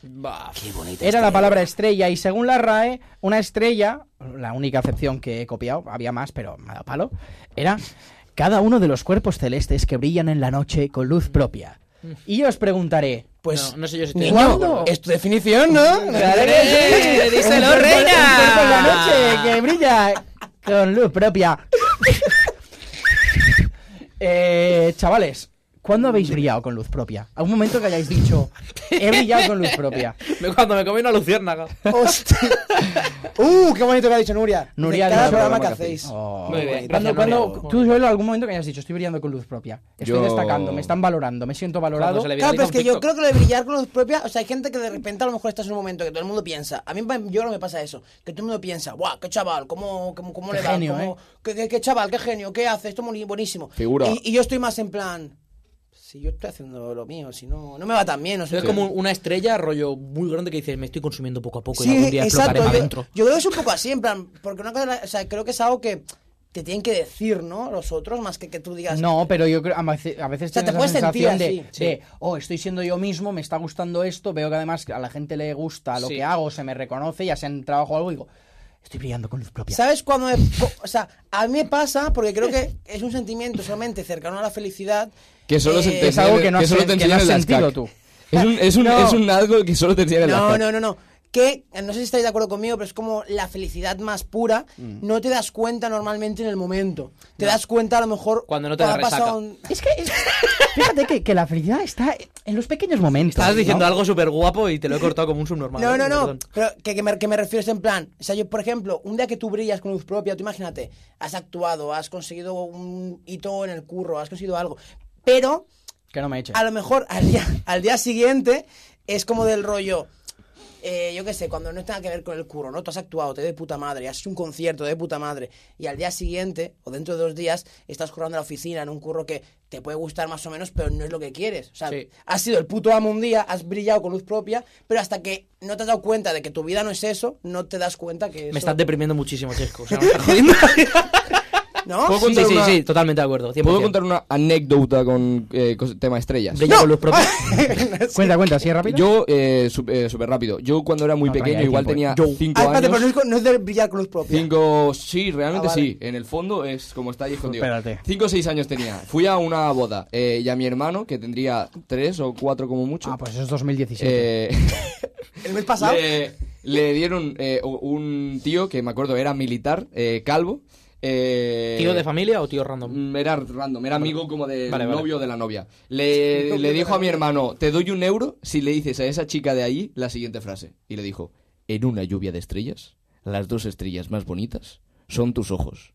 Era la palabra estrella y según la RAE, una estrella, la única acepción que he copiado, había más, pero me ha dado palo, era cada uno de los cuerpos celestes que brillan en la noche con luz propia. Y yo os preguntaré,
Pues,
No, no sé yo si estoy-
niño,
¿cuándo?
es tu definición, ¿no?
Claro que sí.
¡Eh! ¡Díselo,
Un cuerpo-
reina!
un cuerpo en la noche que brilla con luz (laughs) propia. Eh, chavales, ¿cuándo habéis brillado con luz propia? A un momento que hayáis dicho, he brillado con luz propia.
Me- Cuando me comí una luciérnaga.
Hostia. Uh, qué bonito que ha dicho Nuria.
Nuria
Cada
dice,
programa que hacéis.
Oh.
Muy bien.
Cuando,
gracias,
cuando-
Nuria.
tú, Joel, algún momento que hayas dicho, estoy brillando con luz propia. Estoy
Yo-
destacando, me están valorando, me siento valorado.
Cuando se le
Claro,
viraliza
pero es
un
que yo
TikTok.
creo que lo de brillar con luz propia, o sea, hay gente que de repente a lo mejor estás en un momento que todo el mundo piensa. A mí pa- yo creo que me pasa eso, que todo el mundo piensa, guau, qué chaval, cómo, cómo, cómo
Qué
le va,
genio,
cómo-
¿eh?
qué, qué- qué chaval, qué genio, qué hace, esto muy buenísimo.
Figura.
Y, y yo estoy más en plan, si yo estoy haciendo lo mío, si no, no me va tan bien, no sé.
Es
qué".
como una estrella, rollo muy grande, que dices, me estoy consumiendo poco a poco y
Sí,
algún día explotaré
exacto.
para
Yo,
adentro.
yo creo que es un poco así, en plan, porque una cosa, es la- o sea, creo que es algo que te tienen que decir, ¿no? Los otros, más que que tú digas.
No, pero yo creo a veces, a veces
O sea,
tienes
te
la
puedes
sensación
sentir
de,
así.
de, oh, estoy siendo yo mismo, me está gustando esto, veo que además a la gente le gusta lo
Sí.
que hago, se me reconoce, ya sea en trabajo o algo, y digo, Estoy brillando con luz propia.
¿Sabes cuándo me- cu- O sea, a mí me pasa porque creo que es un sentimiento solamente cercano a la felicidad.
Que solo se
Eh,
entiende-
es algo que no has
solo
sen-
te
que no
enseñan
has
en las
sentido
CAC.
tú.
Es un, es, un,
No.
es un algo que solo te enseñan en las
No,
CAC.
no, no, no. Que no sé si estáis de acuerdo conmigo, pero es como la felicidad más pura.
Mm.
No te das cuenta normalmente en el momento. Te das cuenta a lo mejor
Cuando no te da
ha pasado
resaca.
un-
Es que, es- fíjate que, que la felicidad está en los pequeños momentos.
Estabas diciendo
¿no?
algo súper guapo y te lo he cortado como un subnormal.
No,
¿eh?
no, no.
Perdón.
Pero que, que me, que me refiero es en plan. O sea, yo, por ejemplo, un día que tú brillas con luz propia, tú imagínate, has actuado, has conseguido un hito en el curro, has conseguido algo. Pero
Que no me eches.
a lo mejor al día, al día siguiente es como del rollo. eh, yo qué sé, cuando no tenga que ver con el curro, ¿no? Tú has actuado, te de puta madre, has hecho un concierto de puta madre, y al día siguiente, o dentro de dos días, estás currando en la oficina en un curro que te puede gustar más o menos, pero no es lo que quieres. O sea,
Sí.
has sido el puto amo un día, has brillado con luz propia, pero hasta que no te has dado cuenta de que tu vida no es eso, no te das cuenta que. eso-
Me estás deprimiendo muchísimo, Chesco. O (laughs) sea, me estás jodiendo.
¿No?
¿Puedo
sí,
contar
sí,
una-
sí, totalmente de acuerdo. 100%.
¿Puedo contar una anécdota con eh, cos- tema estrellas?
Brilla con
(laughs)
luz propia.
Cuenta, cuenta, así rápido.
Yo, eh, sup- eh, súper rápido. Yo cuando era muy
No, tranquila,
pequeño,
hay
igual
tiempo,
tenía
eh.
Ah,
5
espérate, pero no
años.
es, no es de brillar con luz propia.
5, sí, realmente
Ah, vale.
sí. En el fondo es como está ahí escondido.
Espérate.
5 o 6 años tenía. Fui a una boda eh, y a mi hermano, que tendría 3 o 4 como mucho.
Ah, pues eso es 2017.
eh, (laughs)
El mes pasado.
Le, le dieron eh, un tío que me acuerdo era militar, eh, calvo. eh,
¿Tío de familia o tío random?
Mm, Era random, era amigo como del
Vale, vale.
novio o de la novia. Le, le dijo a mi hermano, te doy un euro si le dices a esa chica de ahí la siguiente frase. Y le dijo, en una lluvia de estrellas, las dos estrellas más bonitas son tus ojos.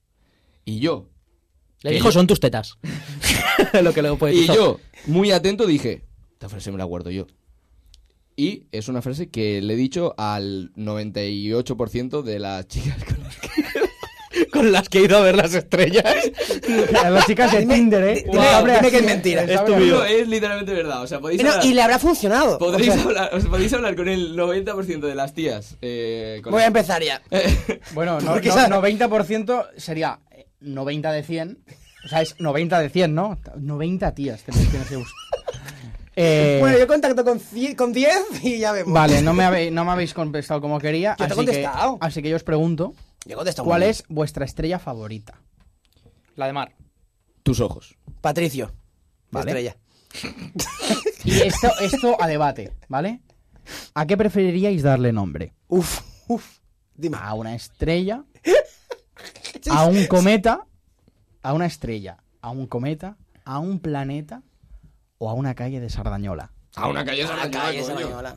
Y yo,
Le
que
dijo,
yo-
son tus (laughs) tetas. lo que luego puede
y yo, muy atento, dije, esta frase me la guardo yo. Y es una frase que le he dicho al 98% de las chicas con las que... (laughs)
Con las que he ido a ver las estrellas.
A (laughs) las chicas de Tinder, ¿eh?
dime-
Les hablé
dime que
así,
es mentira.
les hablé
No,
así.
es literalmente verdad, o sea, podéis
Y no,
hablar-
y le habrá funcionado.
Podréis hablar, os podéis hablar con el 90% de las tías. eh, con
Voy a
el-
empezar ya.
Bueno, no,
Porque
no-
esa-
90% sería eh, 90 de 100. O sea, es 90 de 100, ¿no? 90 tías te tienes
(laughs)
que buscar.
Pues
Eh,
Bueno, yo contacto con, ci- con 10 y ya vemos.
Vale, no me, habéis, no me habéis contestado como quería.
Yo te he
así, que,
contestado.
así que yo os pregunto,
Yo contesto
¿cuál
uno.
es vuestra estrella favorita?
La de Mar.
Tus ojos.
Patricio.
Vale.
Estrella.
Y esto, esto a debate, ¿vale? ¿A qué preferiríais darle nombre?
Uf, uf. Dime.
¿A una estrella? ¿A un cometa? ¿A una estrella? ¿A un cometa? ¿A un planeta? ¿O a una calle de Sardañola?
A una calle
Ah,
sardañola,
calle
coño.
Sardañola.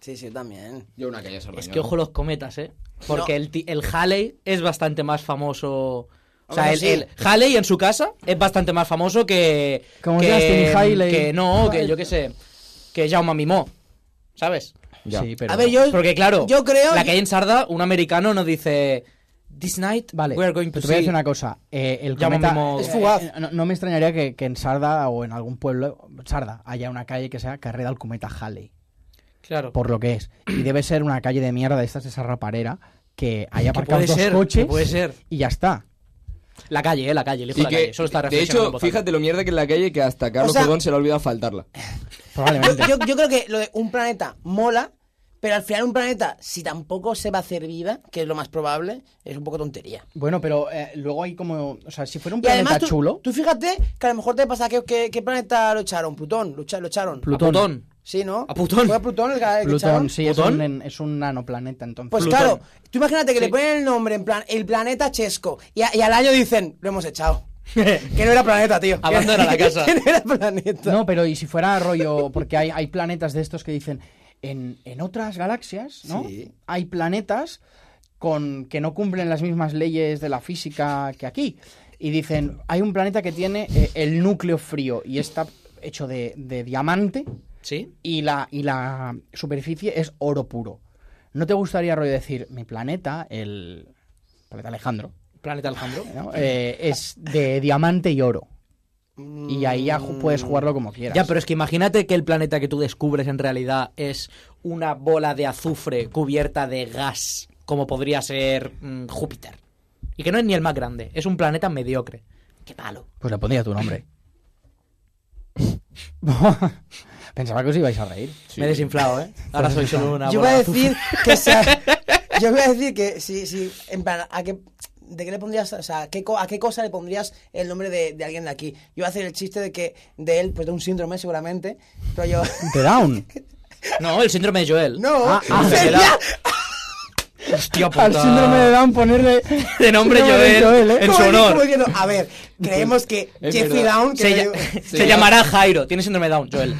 Sí, sí, también.
Yo una calle sardañola.
Es que ojo los cometas, ¿eh? Porque
No.
el, ti- el Halley es bastante más famoso. O sea,
Bueno,
el,
sí.
el Halley en su casa es bastante más famoso que.
Como
que,
Justin Halley.
Que no, que
(laughs)
yo qué sé. Que Jaume Mimó. ¿Sabes?
Ya.
Sí, pero...
A ver, yo.
Porque claro,
Yo creo.
la que hay en Sarda, un americano no dice. This night
Vale,
we are going to
te voy a
see.
decir una cosa. eh, el
Llama
cometa...
mimo-
eh,
Es fugaz.
eh, no, no me extrañaría que, que en Sarda o en algún pueblo, Sarda, haya una calle que sea Carrera del Cometa Halley,
Claro.
por lo que es. Y debe ser una calle de mierda de estas de Sarraparera que haya
Que
aparcado
puede
dos
ser,
coches
que puede ser.
y ya está.
La calle, eh, la calle, el hijo
Y
de la
que,
calle. Solo está
de
reflexionando en
hecho,
voz alta.
fíjate lo mierda que es la calle que hasta Carlos
O sea-
Codón se le ha olvidado
(laughs)
faltarla.
Yo,
Probablemente.
yo- yo creo que lo de un planeta mola, pero al final un planeta, si tampoco se va a hacer vida, que es lo más probable, es un poco tontería.
Bueno, pero eh, luego hay como... O sea, si fuera un
Y además,
planeta
tú,
chulo...
tú fíjate que a lo mejor te pasa que, que- ¿qué planeta lo echaron, Plutón, lo, echa- lo echaron.
Plu-
A Plutón.
sí, ¿no?
¿A Plutón?
¿Fue a Plutón el que- el que echaron?
Plutón, sí, es
¿Plutón?
un, en- es un nanoplaneta, entonces.
Pues
Plutón.
claro, tú imagínate que le ponen el nombre en plan el planeta Chesco y, a- y al año dicen, lo hemos
(laughs)
echado. que no era planeta, tío.
Abandona la
(laughs)
casa.
que no era planeta.
No, pero y si fuera rollo, porque hay, hay planetas de estos que dicen, en, en otras galaxias, ¿no?
Sí.
Hay planetas con que no cumplen las mismas leyes de la física que aquí. Y dicen, hay un planeta que tiene eh, el núcleo frío y está hecho de, de diamante
¿Sí?
y la, y la superficie es oro puro. ¿No te gustaría rollo decir, mi planeta, el planeta Alejandro,
Planeta Alejandro.
¿no? Eh, es de diamante y oro? Y ahí ya ju- puedes jugarlo como quieras.
Ya, pero es que imagínate que el planeta que tú descubres en realidad es una bola de azufre cubierta de gas, como podría ser mm, Júpiter. Y que no es ni el más grande, es un planeta mediocre. Qué malo.
Pues le pondría tu (laughs) nombre. Pensaba que os ibais a reír.
Sí.
Me he desinflado, ¿eh? Ahora soy solo una
Yo iba
bola
a
de azufre. (laughs)
decir que sea... yo voy a decir que si, si en plan, ¿a qué, ¿de qué le pondrías, o sea, qué co- a qué cosa le pondrías el nombre de, de alguien de aquí? Yo voy a hacer el chiste de que, de él, pues de un síndrome seguramente, pero
(laughs)
yo...
The Down.
No, el síndrome de Joel.
No,
Ah, ah,
sería...
Hostia puta.
Al síndrome de Down ponerle.
De nombre
síndrome de
Joel,
¿eh?
en
como
su
di-
honor.
como diciendo, a ver,
(laughs)
creemos que
Es
Jeffrey
verdad.
Down... que
Se,
me-
(laughs) lla- se llamará Jairo. Tiene síndrome de Down, Joel.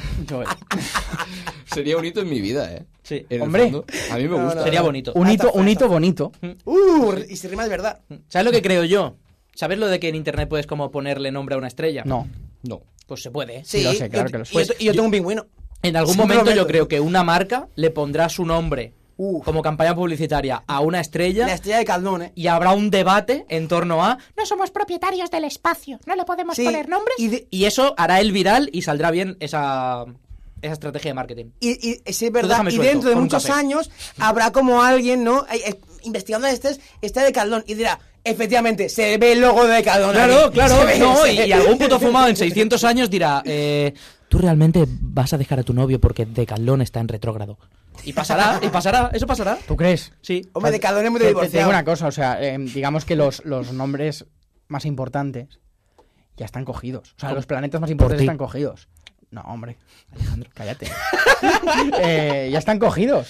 Sería un hito en mi vida, ¿eh?
Sí.
En el
Hombre.
fondo. A mí me gusta.
Sería bonito. Ah,
Un hito, un hito bonito.
Uh, y si rima es verdad.
¿Sabes lo que creo yo? ¿Sabes lo de que en internet puedes como ponerle nombre a una estrella?
No.
No.
Pues se puede. ¿eh?
Sí,
lo sé, claro
yo,
que lo
y
sé.
yo- y yo tengo un pingüino.
En algún
Sí,
momento yo
prometo.
creo que una marca le pondrá su nombre
Uf.
como campaña publicitaria a una estrella
La estrella de Caldón, ¿eh?
y habrá un debate en torno a
No somos propietarios del espacio, no le podemos
Sí,
poner nombres.
Y, de-
y eso hará el viral y saldrá bien esa esa estrategia de marketing.
y, y- sí, es verdad.
déjame
Y
suelto,
dentro de
con un
muchos
café.
años habrá como alguien, ¿no? Eh, eh, investigando este, este de Caldón y dirá, efectivamente, se ve el logo de Caldón.
Claro,
aquí.
claro,
Se ve,
no,
se
y,
ve.
y algún puto fumado (laughs) en 600 años dirá, eh, tú realmente vas a dejar a tu novio porque Decathlon está en retrógrado. Y pasará, y pasará, eso pasará.
¿Tú crees?
Sí.
Hombre, de Caldón es muy
Te- te- Te digo
divorciado.
una cosa, o sea, eh, digamos que los, los nombres más importantes ya están cogidos. O sea, los planetas más importantes
ti.
están cogidos. No, hombre. Alejandro, cállate. (laughs) Eh, ya están cogidos.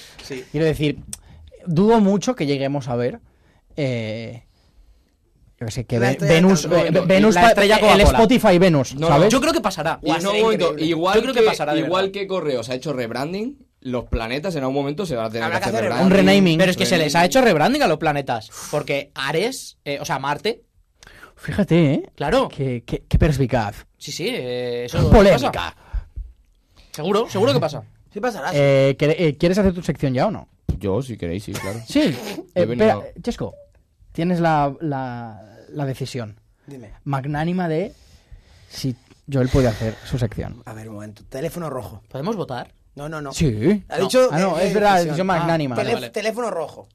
Quiero decir, dudo mucho que lleguemos a ver. eh, yo qué sé, que
La
Ve-
estrella
Venus.
de Caldón,
eh,
no,
Venus
la
pa-
estrella
el
Coca-Cola.
Spotify Venus,
No,
¿sabes?
Yo creo que pasará.
Y en un momento, igual
Yo creo que
que,
pasará, de
igual
verdad.
que Correos ha hecho rebranding, los planetas en algún momento se van a tener
Habrá
que
que
hacer
hacer
rebranding.
un renaming.
Pero es que se les ha hecho rebranding a los planetas. Porque Ares, eh, o sea, Marte,
Fíjate, ¿eh?
claro.
Qué, qué- qué perspicaz.
Sí, sí, eh, eso
Polémica.
pasa. Seguro, seguro que pasa.
Sí pasará.
Eh, ¿quere- eh, ¿Quieres hacer tu sección ya o no?
Yo, si queréis, sí, claro.
Sí.
Yo he
Eh, espera,
venido-
eh, Chesco, tienes la, la- la decisión
Dime.
magnánima de si Joel puede hacer su sección.
A ver, un momento. Teléfono rojo.
¿Podemos votar?
No, no, no.
Sí.
Ha dicho...
Ah, no,
eh,
es verdad, la
decisión.
decisión magnánima.
Telé-
vale.
Teléfono rojo.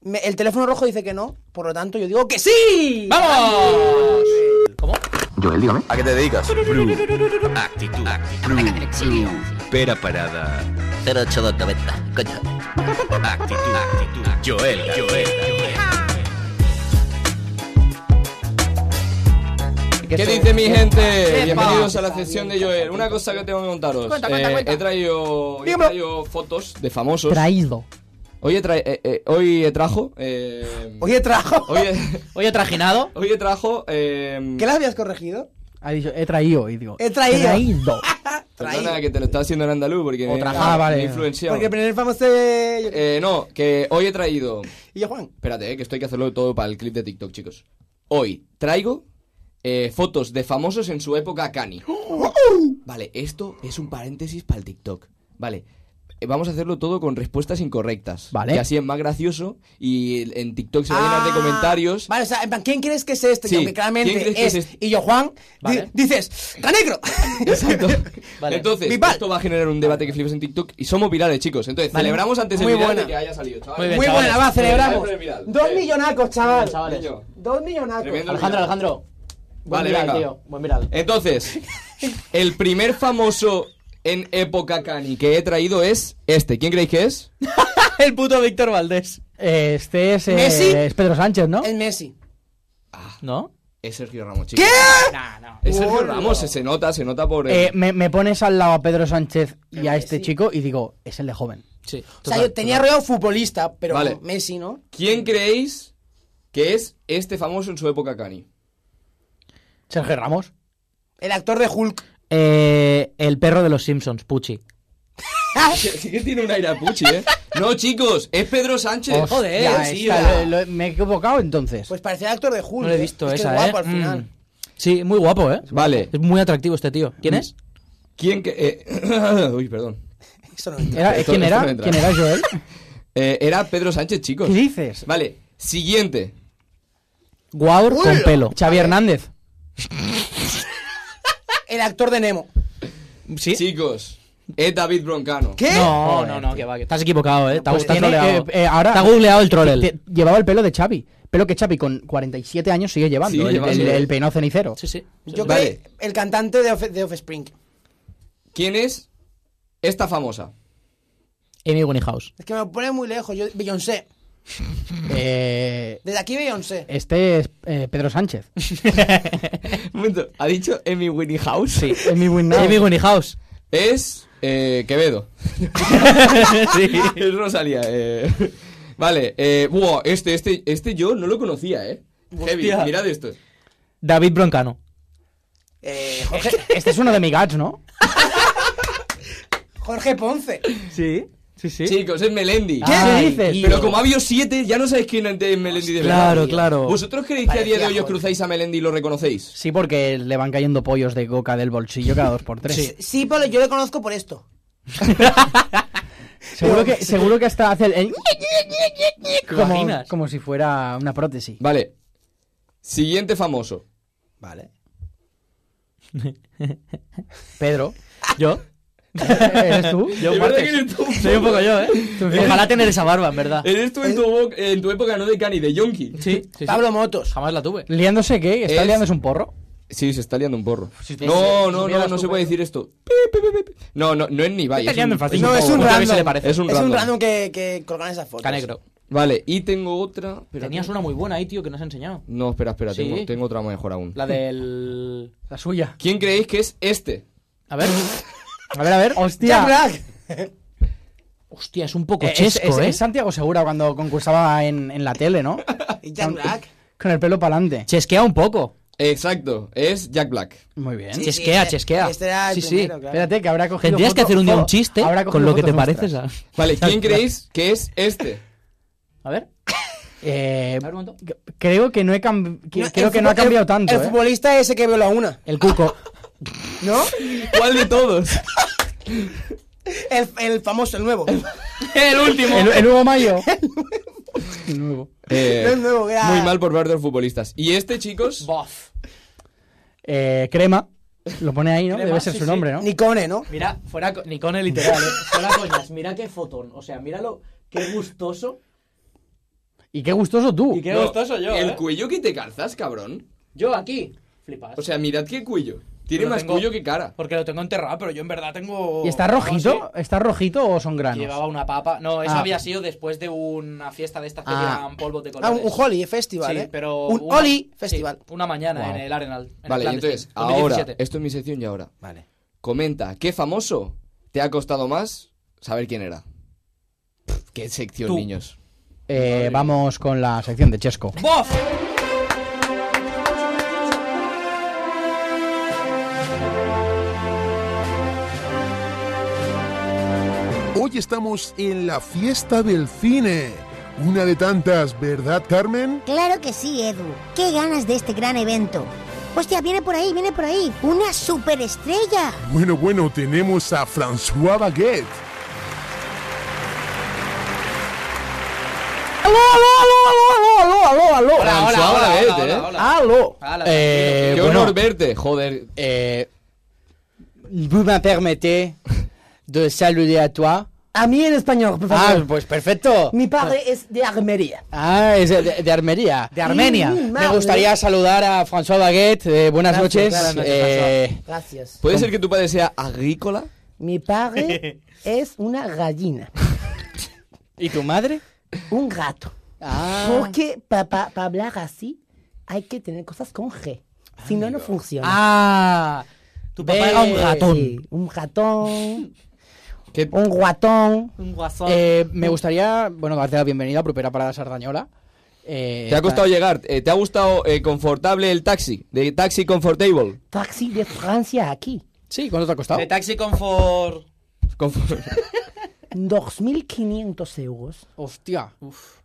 Me- el teléfono rojo dice que no, por lo tanto yo digo que sí.
¡Vamos! ¿Cómo?
Joel, dígame.
¿A qué te dedicas?
Bru. Actitud. Bru. Bru. Pera parada.
08290, coño.
Actitud. Actitud. Joel. Joel.
¿Qué dice mi gente?
Epa.
Bienvenidos a la sesión de Joel. Una cosa que tengo que contaros.
Cuenta, cuenta,
Eh,
cuenta.
He traído, he
Dígamelo.
traído fotos de famosos.
Traído.
Hoy he, tra- eh, eh, hoy he trajo... eh,
Oye, trajo.
hoy he- (laughs)
Oye, trajinado.
hoy he trajo... eh,
¿Qué la habías corregido?
Ha dicho, he traído y digo.
He traído. (laughs)
Traído.
Perdona que te lo estaba haciendo en andaluz porque me,
Otra-
me-
ah, vale.
me influenciaba.
Porque el primer famoso eh,
Eh, no, que hoy he traído...
y yo Juan.
Espérate, eh, que esto hay que hacerlo todo para el clip de TikTok, chicos. Hoy traigo eh, fotos de famosos en su época cani. Vale, esto es un paréntesis para el TikTok. Vale, eh, vamos a hacerlo todo con respuestas incorrectas.
Vale.
Que así es más gracioso y el- en TikTok se va a llenar de
Ah,
comentarios.
Vale, o sea, en plan, ¿quién crees que es este?
Sí,
Y aunque claramente
¿quién crees que
es,
es este?
y yo Juan, di-
Vale.
dices, ¡Ranegro!
(laughs) Exacto.
Vale.
Entonces,
Vival.
esto va a generar un debate que flipas en TikTok y somos virales, chicos. Entonces,
Vale.
celebramos antes
Muy
el viral
buena.
de que haya salido, chavales.
Muy bien,
Muy
chavales.
buena, va, celebramos.
Muy bien, viral.
Dos millonacos, chaval.
chavales.
Niño.
Dos millonacos.
Tremendo.
Alejandro, Alejandro. Buen
Vale,
viral,
venga.
tío. Buen viral.
Entonces, el primer famoso en época cani que he traído es este. ¿Quién creéis que es?
El puto Víctor Valdés.
Eh, Este es, eh,
Messi. Eh,
es Pedro Sánchez, ¿no?
Es Messi.
¿No?
Es Sergio Ramos, chicos. ¿Qué? Es Sergio Ramos, se- se nota, se nota por... el-
Eh, me, me pones al lado a Pedro Sánchez y a este chico y digo, es el de joven.
Sí.
O sea, yo tenía rodeado futbolista, pero
Vale.
Messi, ¿no?
¿Quién creéis que es este famoso en su época cani? (laughs)
Sergio Ramos.
El actor de Hulk.
Eh, el perro de los Simpsons, Pucci.
Sí que tiene un aire a Pucci, ¿eh? No, chicos, es Pedro Sánchez.
Joder,
Ya,
sí,
esta-
ya.
lo- lo- me he equivocado entonces.
Pues parecía el actor de Hulk.
No lo he
¿eh?
visto
Es que
esa,
es guapo
eh.
al final.
Mm. Sí, muy guapo, eh.
Vale.
Es muy atractivo este tío. ¿Quién es?
¿Quién que...? eh, (coughs) Uy, perdón.
Eso no entra.
Era-
esto-
¿Quién
esto
era?
no entra.
¿Quién
(laughs)
era Joel?
Eh, era Pedro Sánchez, chicos.
¿Qué dices?
Vale, siguiente.
Guaur con pelo. Xavi Hernández.
El actor de Nemo.
Sí.
Chicos, es David Broncano.
¿Qué?
No, no, no, que va. que- Estás equivocado, eh. Te ha
Pues
gustado
tiene,
troleado.
eh, eh, ahora-
Te ha googleado el troll.
Te- llevaba el pelo de Xavi. Pelo que Xavi con 47 años sigue llevando.
Sigue
el,
llevando,
el-
sí.
el peinado cenicero.
Sí, sí.
Yo
Vale.
creo que el cantante de, Off de Offspring.
¿Quién es esta famosa?
Amy Winehouse.
Es que me lo pone muy lejos. Yo, Beyoncé.
Eh,
Desde aquí Beyoncé.
este es eh, Pedro Sánchez.
Un (laughs) momento, ¿ha dicho Amy Winehouse? Sí.
(laughs) Amy Winehouse.
Amy Winehouse.
Es eh,
(laughs)
Quevedo. Es Rosalía. eh. Vale, eh, buah, este, este, este yo no lo conocía, ¿eh? Heavy,
Hostia.
mirad esto.
David Broncano.
Eh, Jorge,
(laughs) Este es uno de mis gats, ¿no?
Jorge Ponce.
Sí, sí, sí.
Chicos, es Melendi.
¿Qué
Ay,
dices?
tío.
Pero como ha habido siete, ya no sabéis quién es Melendi de verdad.
Claro, claro.
¿Vosotros creéis que a día de
Parecía
hoy os
joven.
cruzáis a Melendi y lo reconocéis?
Sí, porque le van cayendo pollos de coca del bolsillo cada dos por tres.
Sí, pero yo le conozco por esto.
Seguro que, seguro que hasta hace el- el... Como,
imaginas?
como si fuera una prótesis.
Vale. Siguiente famoso.
Vale.
Pedro.
¿Yo?
¿Eres tú?
Yo
Es verdad
un martes.
que eres tú.
(laughs) Soy un poco yo, ¿eh? Ojalá tener esa barba, en verdad.
Eres tú en tu, bo- en tu época, no de Cani, de Yonki.
Sí, sí, sí.
Pablo Motos.
Jamás la tuve.
¿Liándose qué? ¿Está
Es-
liándose un porro?
Sí, se está liando un porro.
Si te-
No,
si
no, no,
supieras
no
tú,
se puede
Pedro.
decir esto. Pi, pi, pi, pi. No, no, no es ni vaya.
liando en fascismo.
No, es un
Otra vez
random.
se le parece.
Es un random.
que, que colgan esas fotos.
Canegro.
Vale, y tengo otra. espera,
Tenías
tengo-
una muy buena ahí, tío, que nos has enseñado.
No, espera, espera,
Sí.
tengo, tengo otra mejor aún.
La del.
La suya.
¿Quién creéis que es este?
A (laughs) ver.
A ver, a ver. Hostia.
Jack
(laughs)
Black.
Hostia, es un poco
Eh, es,
chesco,
es-
¿eh?
es Santiago Segura cuando concursaba en, en la tele,
(laughs)
¿no?
Y Jack Black.
Con el pelo para adelante.
Chesquea un poco.
Exacto, es Jack Black.
Muy bien.
Sí,
chesquea,
sí,
chesquea.
este era el
sí, sí.
primero, claro.
Espérate, que habrá cogido.
Tendrías que
foto-
hacer un día un
foto-
chiste
habrá cogido
con lo que te
fotos
pareces.
nuestras.
A...
Vale, ¿quién creéis que es este?
a (laughs) ver.
Eh,
A ver, un momento.
c- creo que no he cambi- que- creo
el
que no ha
futbol-
cambiado
el-
tanto.
El
¿eh?
futbolista ese que vio la una.
El cuco.
¿No?
¿Cuál de todos?
El, el famoso, el nuevo.
el último.
(laughs) El, el Hugo Mayo. El nuevo.
Eh,
No es nuevo, era-
muy mal por parte de los futbolistas. ¿Y este, chicos?
(laughs) Bof.
Eh, crema. Lo pone ahí, ¿no?
Crema,
Debe ser
sí,
su
sí.
nombre, ¿no?
Nicone, ¿no?
Mira, fuera. co- Ni (laughs) con el literal, ¿eh? Fuera coñas. Mira qué fotón. O sea, míralo. Qué gustoso.
Y qué gustoso tú.
Y qué
No,
gustoso yo.
El
¿eh?
cuello que te calzas, cabrón.
Yo aquí. Flipas.
O sea, mirad qué cuello. Tiene
Pero
más
tengo-
cuello que cara.
Porque lo tengo enterrado, pero yo en verdad tengo.
¿Y está
No,
rojito?
sí.
¿Está rojito o son
Que
granos?
llevaba una papa. No, eso
Ah.
había sido después de una fiesta de estas que
Ah.
llevan polvo de
Ah,
colores.
un, un Holly Festival,
Sí,
¿eh?
pero
un
una-
Holly
sí,
Festival.
una mañana
Wow.
en el Arenal. en
Vale, y
Clandestine,
entonces, ahora,
2017.
esto es mi sección y ahora.
Vale.
Comenta, ¿qué famoso te ha costado más saber quién era? Pff, ¿Qué sección,
Tú.
niños?
Eh, vamos con la sección de Chesco.
¡Bof!
Hoy estamos en la fiesta del cine. Una de tantas, ¿verdad, Carmen?
Claro que sí, Edu. Qué ganas de este gran evento. Hostia, viene por ahí, viene por ahí. Una superestrella.
Bueno, bueno, tenemos a François Baguette.
¡Aló, aló, aló, aló, aló, aló!
Hola, hola,
François
hola,
Baguette,
hola,
¿eh?
hola, hola.
¡Aló!
Ala,
Ah, Eh,
Qué
bueno,
honor verte, joder.
eh, vous me permettez de saludar a toi.
A mí en español, por
Ah, pues perfecto.
Mi padre es de Armería.
Ah, es de, de Armería.
De Armenia.
Mm,
Me
madre.
gustaría saludar a François Baguette. eh, buenas
Gracias,
noches.
buenas noches,
Eh,
Gracias.
¿Puede ser que tu padre sea agrícola?
Mi
(laughs)
padre es una
(laughs)
gallina,
¿Y tu madre?
un gato.
Ah,
Porque para hablar así hay que tener cosas con G. Si no, no funciona. Eh,
¡Ah! Tu papá
Ve-
era un gatón.
Sí, un ratón,
¿Qué-
un guatón.
Un guasón.
eh, me gustaría, bueno, darte la bienvenida a Propera Parada Sardañola. Eh,
¿Te ha costado llegar? Eh, ¿Te ha gustado eh, confortable el taxi? De taxi comfortable.
Taxi de Francia aquí.
Sí, ¿cuánto te ha costado?
De Taxi Comfort.
Confort- (laughs)
2.500 euros.
Hostia.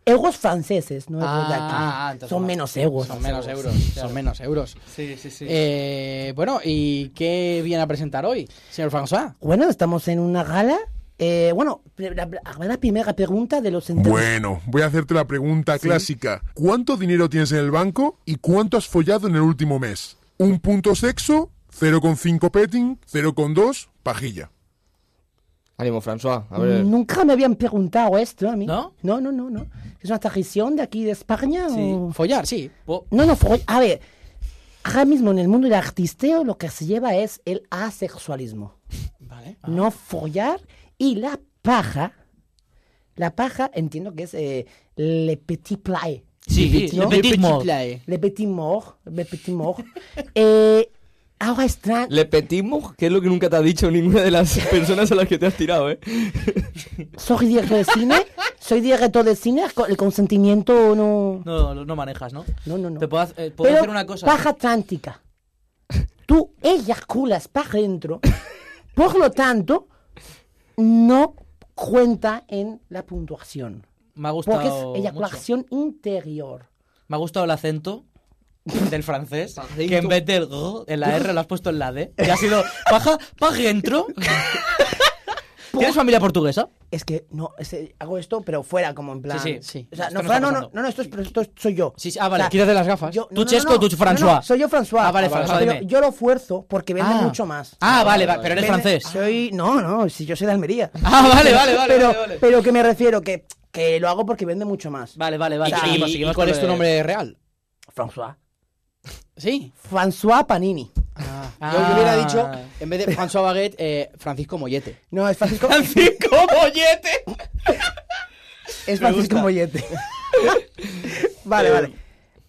Euros franceses, no euros de aquí.
Ah, entonces
son
no.
menos euros.
Son menos euros. Son menos euros.
Sí, sí, sí.
Eh, bueno, ¿y qué viene a presentar hoy, señor François?
Bueno, estamos en una gala. Eh, bueno, la, la- la primera pregunta de los entrevistados.
Bueno, voy a hacerte la pregunta clásica. ¿Cuánto dinero tienes en el banco y cuánto has follado en el último mes? ¿Un punto sexo? ¿0,5 petting? ¿0,2? Pajilla.
Ánimo, François. A ver.
Mm.
Nunca me habían preguntado esto a mí.
¿No?
No, no, no. no. ¿Es una tradición de aquí de España? o-
Follar, sí.
Po-
No, no, fue- a ver. Ahora mismo en el mundo del artisteo lo que se lleva es el asexualismo.
Vale.
No follar y la paja
La paja entiendo que es eh, le petit play.
Sí,
¿no?
le petit mort.
Le petit mort. Le petit mort. Eh, ahora es tran-
Le petimos, que es lo que nunca te ha dicho ninguna de las personas a las que te has tirado, ¿eh?
Soy director de cine. Soy director de cine. co- El consentimiento no.
No, no, no manejas, ¿no?
No, no, no.
Te puedo, hacer- eh, puedo
Pero
hacer una cosa.
Paja atlántica. Tú eyaculas para adentro. Por lo tanto, no cuenta en la puntuación.
Me ha
Porque es
gustado. mucho.
eyaculación interior.
Me ha gustado el acento del (laughs) francés. que en vez del G, en la R lo has puesto en la D. Y ha sido paja, paja (laughs) entro. ¿Tienes familia portuguesa?
Es que no, es, eh, hago esto, pero fuera, como en plan.
Sí, sí. Sí.
O sea,
Esto
no,
no
fuera,
está
no, no,
pasando.
no, no, esto, es, pero esto soy yo.
Sí, sí, ah, vale.
O sea,
Quítate las
gafas.
yo-
¿Tú Chesco o tú François?
soy yo François.
Ah, vale,
pero
François, dime.
yo, yo lo fuerzo porque vende
Ah.
mucho más.
Ah, vale, vale, pero eres
Vende-
francés.
Soy, no, no, si yo soy de Almería.
(laughs) Ah, vale, vale, vale,
pero,
vale, vale.
pero que me refiero que, que lo hago porque vende mucho más.
Vale, vale, vale.
Y-
Seguimos,
y-
seguimos
¿Cuál
con
es
lo
tu
de-
nombre real?
François.
Sí.
François Panini.
Yo, yo hubiera dicho,
Ah.
en vez de François Baguette, eh, Francisco Mollete.
No, es
(laughs)
Francisco,
¡Francisco Mollete!
(laughs) es Francisco Mollete. (laughs) vale,
Eh.
vale.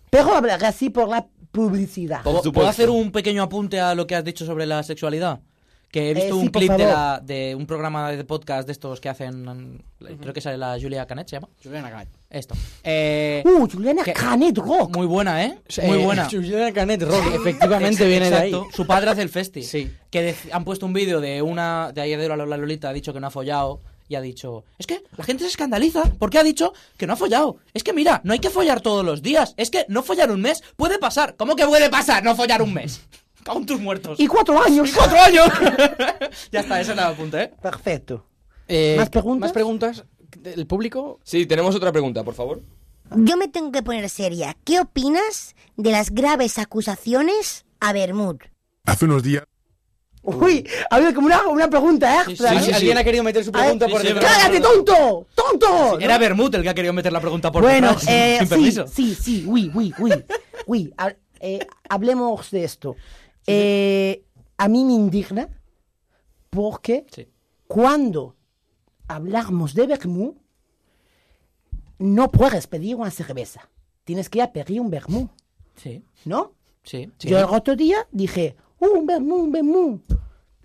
Pero hablaré así por la publicidad.
¿Puedo,
supuesto.
puedo hacer un pequeño apunte a lo que has dicho sobre la sexualidad? Que he
Eh,
visto
sí,
un
por
clip de,
favor.
la- de un programa de podcast de estos que hacen. mm, Creo que sale la Julia Canet, ¿se llama?
Juliana Canet.
Esto. Eh,
Uh, Juliana
¿Qué?
Canet Rock.
muy buena, ¿eh?
Eh,
Muy buena.
Juliana Canet Rock, efectivamente viene de ahí.
Exacto. Su padre hace el festi.
Sí.
Que dec- han puesto un vídeo de una. De ayer de la Lola Lolita, ha dicho que no ha follado. Y ha dicho, es que la gente se escandaliza porque ha dicho que no ha follado. Es que mira, no hay que follar todos los días. Es que no follar un mes puede pasar. ¿Cómo que puede pasar no follar un mes? (laughs) Con tus muertos.
Y cuatro años.
cuatro años! ya está, ese era el punto, ¿eh?
Perfecto.
Eh,
¿Más preguntas?
¿Más preguntas? ¿El público?
Sí, tenemos otra pregunta, por favor.
Yo me tengo que poner seria. ¿Qué opinas de las graves acusaciones a Bermud?
Hace unos días
Uy, ha habido como una, una pregunta extra.
Sí,
¿no?
sí, Alguien ha querido
Ah.
meter su
A ver,
pregunta
sí,
por
sí,
detrás.
¡Cállate, tonto! ¡Tonto!
Era Bermud el que ha querido meter la pregunta por
bueno,
detrás,
(laughs) eh,
sin
sí,
permiso.
sí, sí, uy, uy, uy. Uy, ha- eh, hablemos de esto. Eh, a mí me indigna porque
Sí.
cuando hablamos de vermú, no puedes pedir una cerveza. Tienes que ir a pedir un vermú,
Sí,
¿no?
sí.
Yo el otro día dije, "Uh, un vermú, un vermú.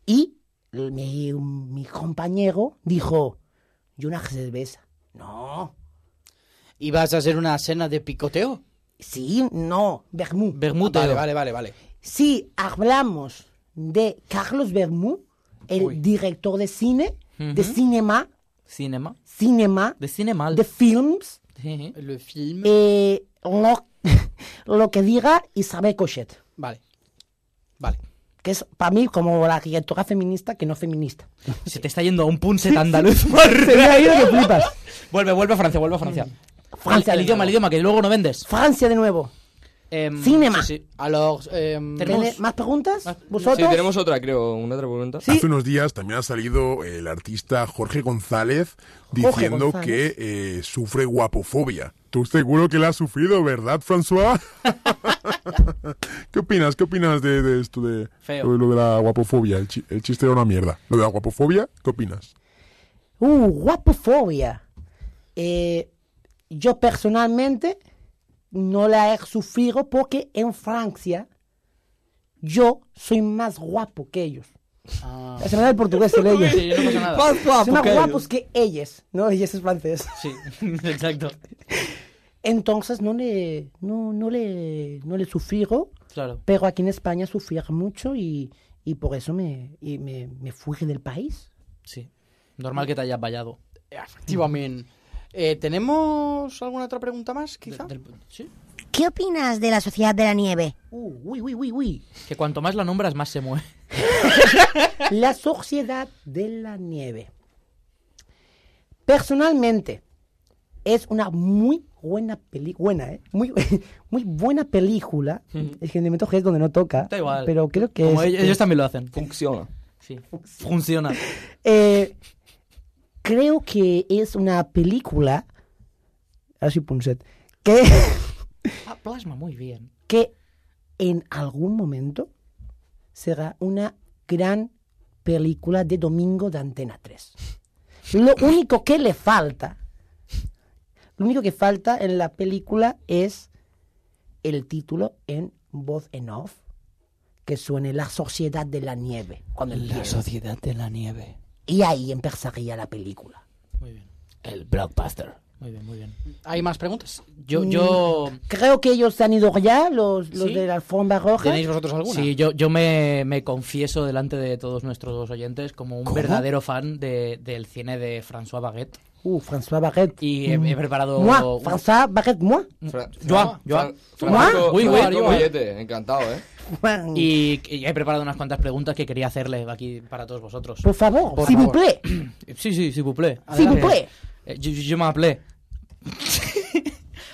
Y mi, mi compañero dijo, y una cerveza. No,
¿Y vas a hacer una cena de picoteo?
sí, no, vermú.
Bermud,
Vale, vale, vale, vale.
si hablamos de Carlos Bermú, el
Uy.
director de cine, de
Ujú.
cinema,
Cinema.
cinema,
De cine mal.
de films,
Sí.
El film.
eh, lo, (laughs) lo que diga Isabel Cochet,
Vale. Vale.
que es para mí como la directora feminista que no feminista.
Se te está yendo a un punset
(laughs)
andaluz. Marra.
Se me ha ido que flipas. Mm.
Vuelve, vuelve a Francia, vuelve a Francia.
Francia,
el, el
de
idioma, el
nuevo.
idioma, que luego no vendes.
Francia de nuevo.
Em,
Cinema.
sí, sí.
Alors, em,
Tenemos-
¿Tiene ¿Más preguntas?
Sí,
¿Vosotros?
tenemos otra, creo. ¿Una otra pregunta?
Hace unos días también ha salido el artista Jorge González
Jorge
diciendo
González.
que eh, sufre guapofobia. Tú seguro que la has sufrido, ¿verdad, François? (laughs) ¿Qué opinas? ¿Qué opinas de, de esto de
Feo.
lo- lo de la guapofobia? El, chi- el chiste era una mierda. Lo de la guapofobia, ¿qué opinas?
Uh, guapofobia. Eh, yo personalmente no la he sufrido porque en Francia yo soy más guapo que ellos. Se me da el portugués el (laughs) ellos.
Sí, no pasa nada.
Soy más guapos que ellos. No, ellos es francés.
Sí, (laughs) exacto.
Entonces no le, no, no le, no le sufrigo,
Claro.
pero aquí en España sufrí mucho y, y por eso me, y me, me fui del país.
Sí. Normal que te hayas vallado.
(laughs) efectivamente. Eh, ¿Tenemos alguna otra pregunta más, quizá?
Del- sí.
¿Qué opinas de la Sociedad de la Nieve?
Uh, uy, uy, uy, uy.
Que cuanto más la nombras, más se mueve.
La Sociedad de la Nieve. Personalmente, es una muy buena película. Buena, ¿eh? Muy, (laughs) muy buena película. Es que me toque es donde no toca.
Da igual.
Pero creo que
Como
es-
ellos, ellos también lo hacen.
Funciona.
Sí. Funciona.
eh, creo que es una película. Ahora soy Punset. Que,
Ah, plasma muy bien.
que en algún momento será una gran película de domingo de Antena 3. Lo único que le falta Lo único que falta en la película es el título en voz en off que suene La Sociedad de la Nieve. Cuando
La
empiece.
sociedad de la nieve.
Y ahí empezaría la película.
Muy bien.
El blockbuster.
Muy bien, muy bien.
¿Hay más preguntas? Yo, yo...
Mm, Creo que ellos se han ido ya, los, los
¿Sí?
de la alfombra roja.
Sí, yo, yo me, me confieso delante de todos nuestros oyentes como un
¿Cómo?
verdadero fan de- del cine de François Baguette.
Uh, François Baguette.
Y he, he preparado...
Moi,
un-
François Baguette, moi.
Fra-
Joa, Joa.
Fra- Francisco-
Uy, uy,
Francisco
uy.
Bollete, encantado, ¿eh?
Y, y he preparado unas cuantas preguntas que quería hacerle aquí para todos vosotros.
Por favor, s'il vous plaît.
Sí, sí, s'il vous plaît.
S'il vous plaît.
Eh, Yo, yo- yo me hablé. (laughs)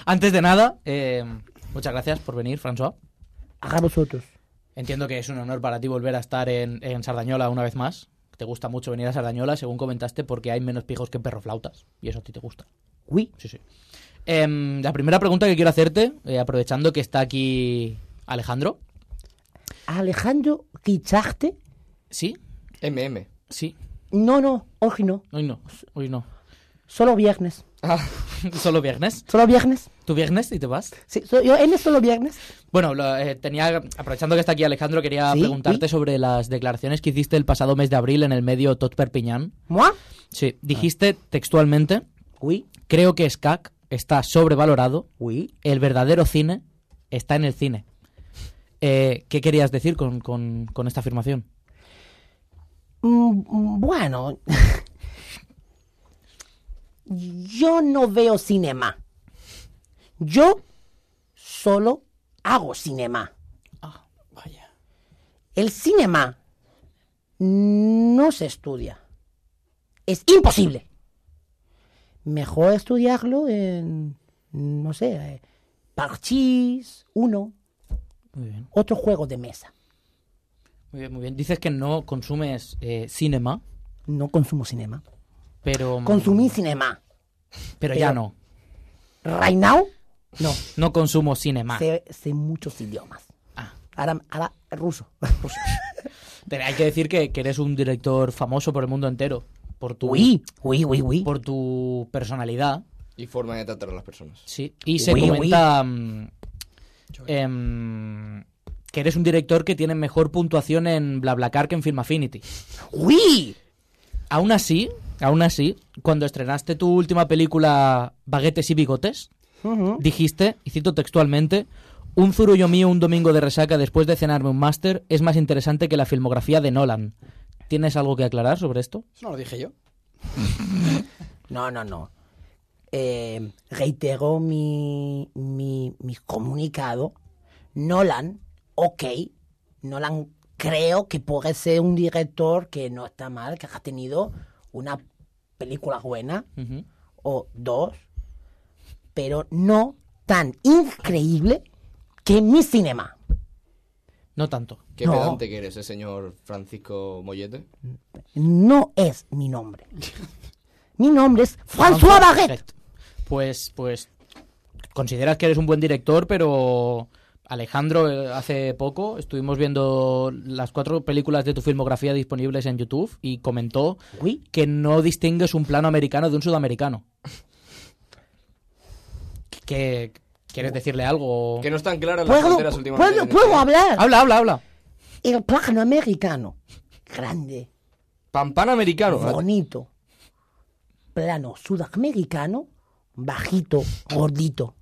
Antes de nada, eh, muchas gracias por venir, François.
A vosotros.
Entiendo que es un honor para ti volver a estar en, en Sardañola una vez más. Te gusta mucho venir a Sardañola, según comentaste, porque hay menos pijos que perroflautas. Y eso a ti te gusta.
Oui.
Sí, sí. Em, la primera pregunta que quiero hacerte, eh, aprovechando que está aquí Alejandro.
Alejandro Quicharte.
¿Sí?
MM.
Sí.
No, no, hoy no.
Hoy no. Hoy no. (laughs)
Solo viernes.
Solo viernes.
Solo viernes.
¿Tú viernes y te vas?
Sí, so- yo en solo viernes.
Bueno, lo, eh, tenía, aprovechando que está aquí Alejandro, quería
Sí,
preguntarte sobre las declaraciones que hiciste el pasado mes de abril en el medio Tot Perpiñán.
¿Moi? Ah.
Sí, dijiste textualmente, creo que SCAC está sobrevalorado, el verdadero cine está en el cine. Eh, ¿Qué querías decir con, con- con esta afirmación?
Mm, Bueno, yo no veo cinema. Yo solo hago cinema. El cinema no se estudia. Es imposible. Mejor estudiarlo en, no sé, eh, parchís, uno,
Muy bien.
otro juego de mesa.
Muy bien, muy bien. Dices que no consumes eh, cinema,
No consumo cinema.
pero...
Consumí cinema.
Pero ya
pero-
no.
Right now, no.
No consumo cinema.
Sé, sé muchos idiomas. Ahora, ahora ruso.
Pero hay que decir que, que eres un director famoso por el mundo entero. Por tu,
Uy, (laughs) uy, uy, uy.
Por tu personalidad.
(laughs) Y forma de tratar a las personas.
Sí. Y se
Uy, uy.
comenta mm, em, que eres un director que tiene mejor puntuación en BlaBlaCar que en Film Affinity.
¡Uy!
Aún así, aún así, cuando estrenaste tu última película Baguetes y Bigotes,
Ujú.
dijiste, y cito textualmente, un zurullo mío un domingo de resaca después de cenarme un máster es más interesante que la filmografía de Nolan. ¿Tienes algo que aclarar sobre esto?
Eso no lo dije yo.
No, no, no. Eh, reitero mi, mi, mi comunicado. Nolan, ok. Nolan creo que puede ser un director que no está mal, que ha tenido una película buena
Ujú.
o dos, pero no tan increíble que mi cinema.
No tanto.
Qué
No.
pedante que eres, eh, señor Francisco Mollete.
No es mi nombre. Mi nombre es François Barret.
Pues, pues, consideras que eres un buen director, pero Alejandro, eh, hace poco estuvimos viendo las cuatro películas de tu filmografía disponibles en YouTube y comentó que no distingues un plano americano de un sudamericano. ¿Qué, ¿Quieres decirle algo?
Que no están claras las
¿Puedo,
fronteras últimamente.
puedo,
en
puedo
este-
hablar?
Ah.
Habla, habla, habla.
El plano americano. Grande,
Pampán americano.
bonito. Plano sudamericano, bajito, gordito.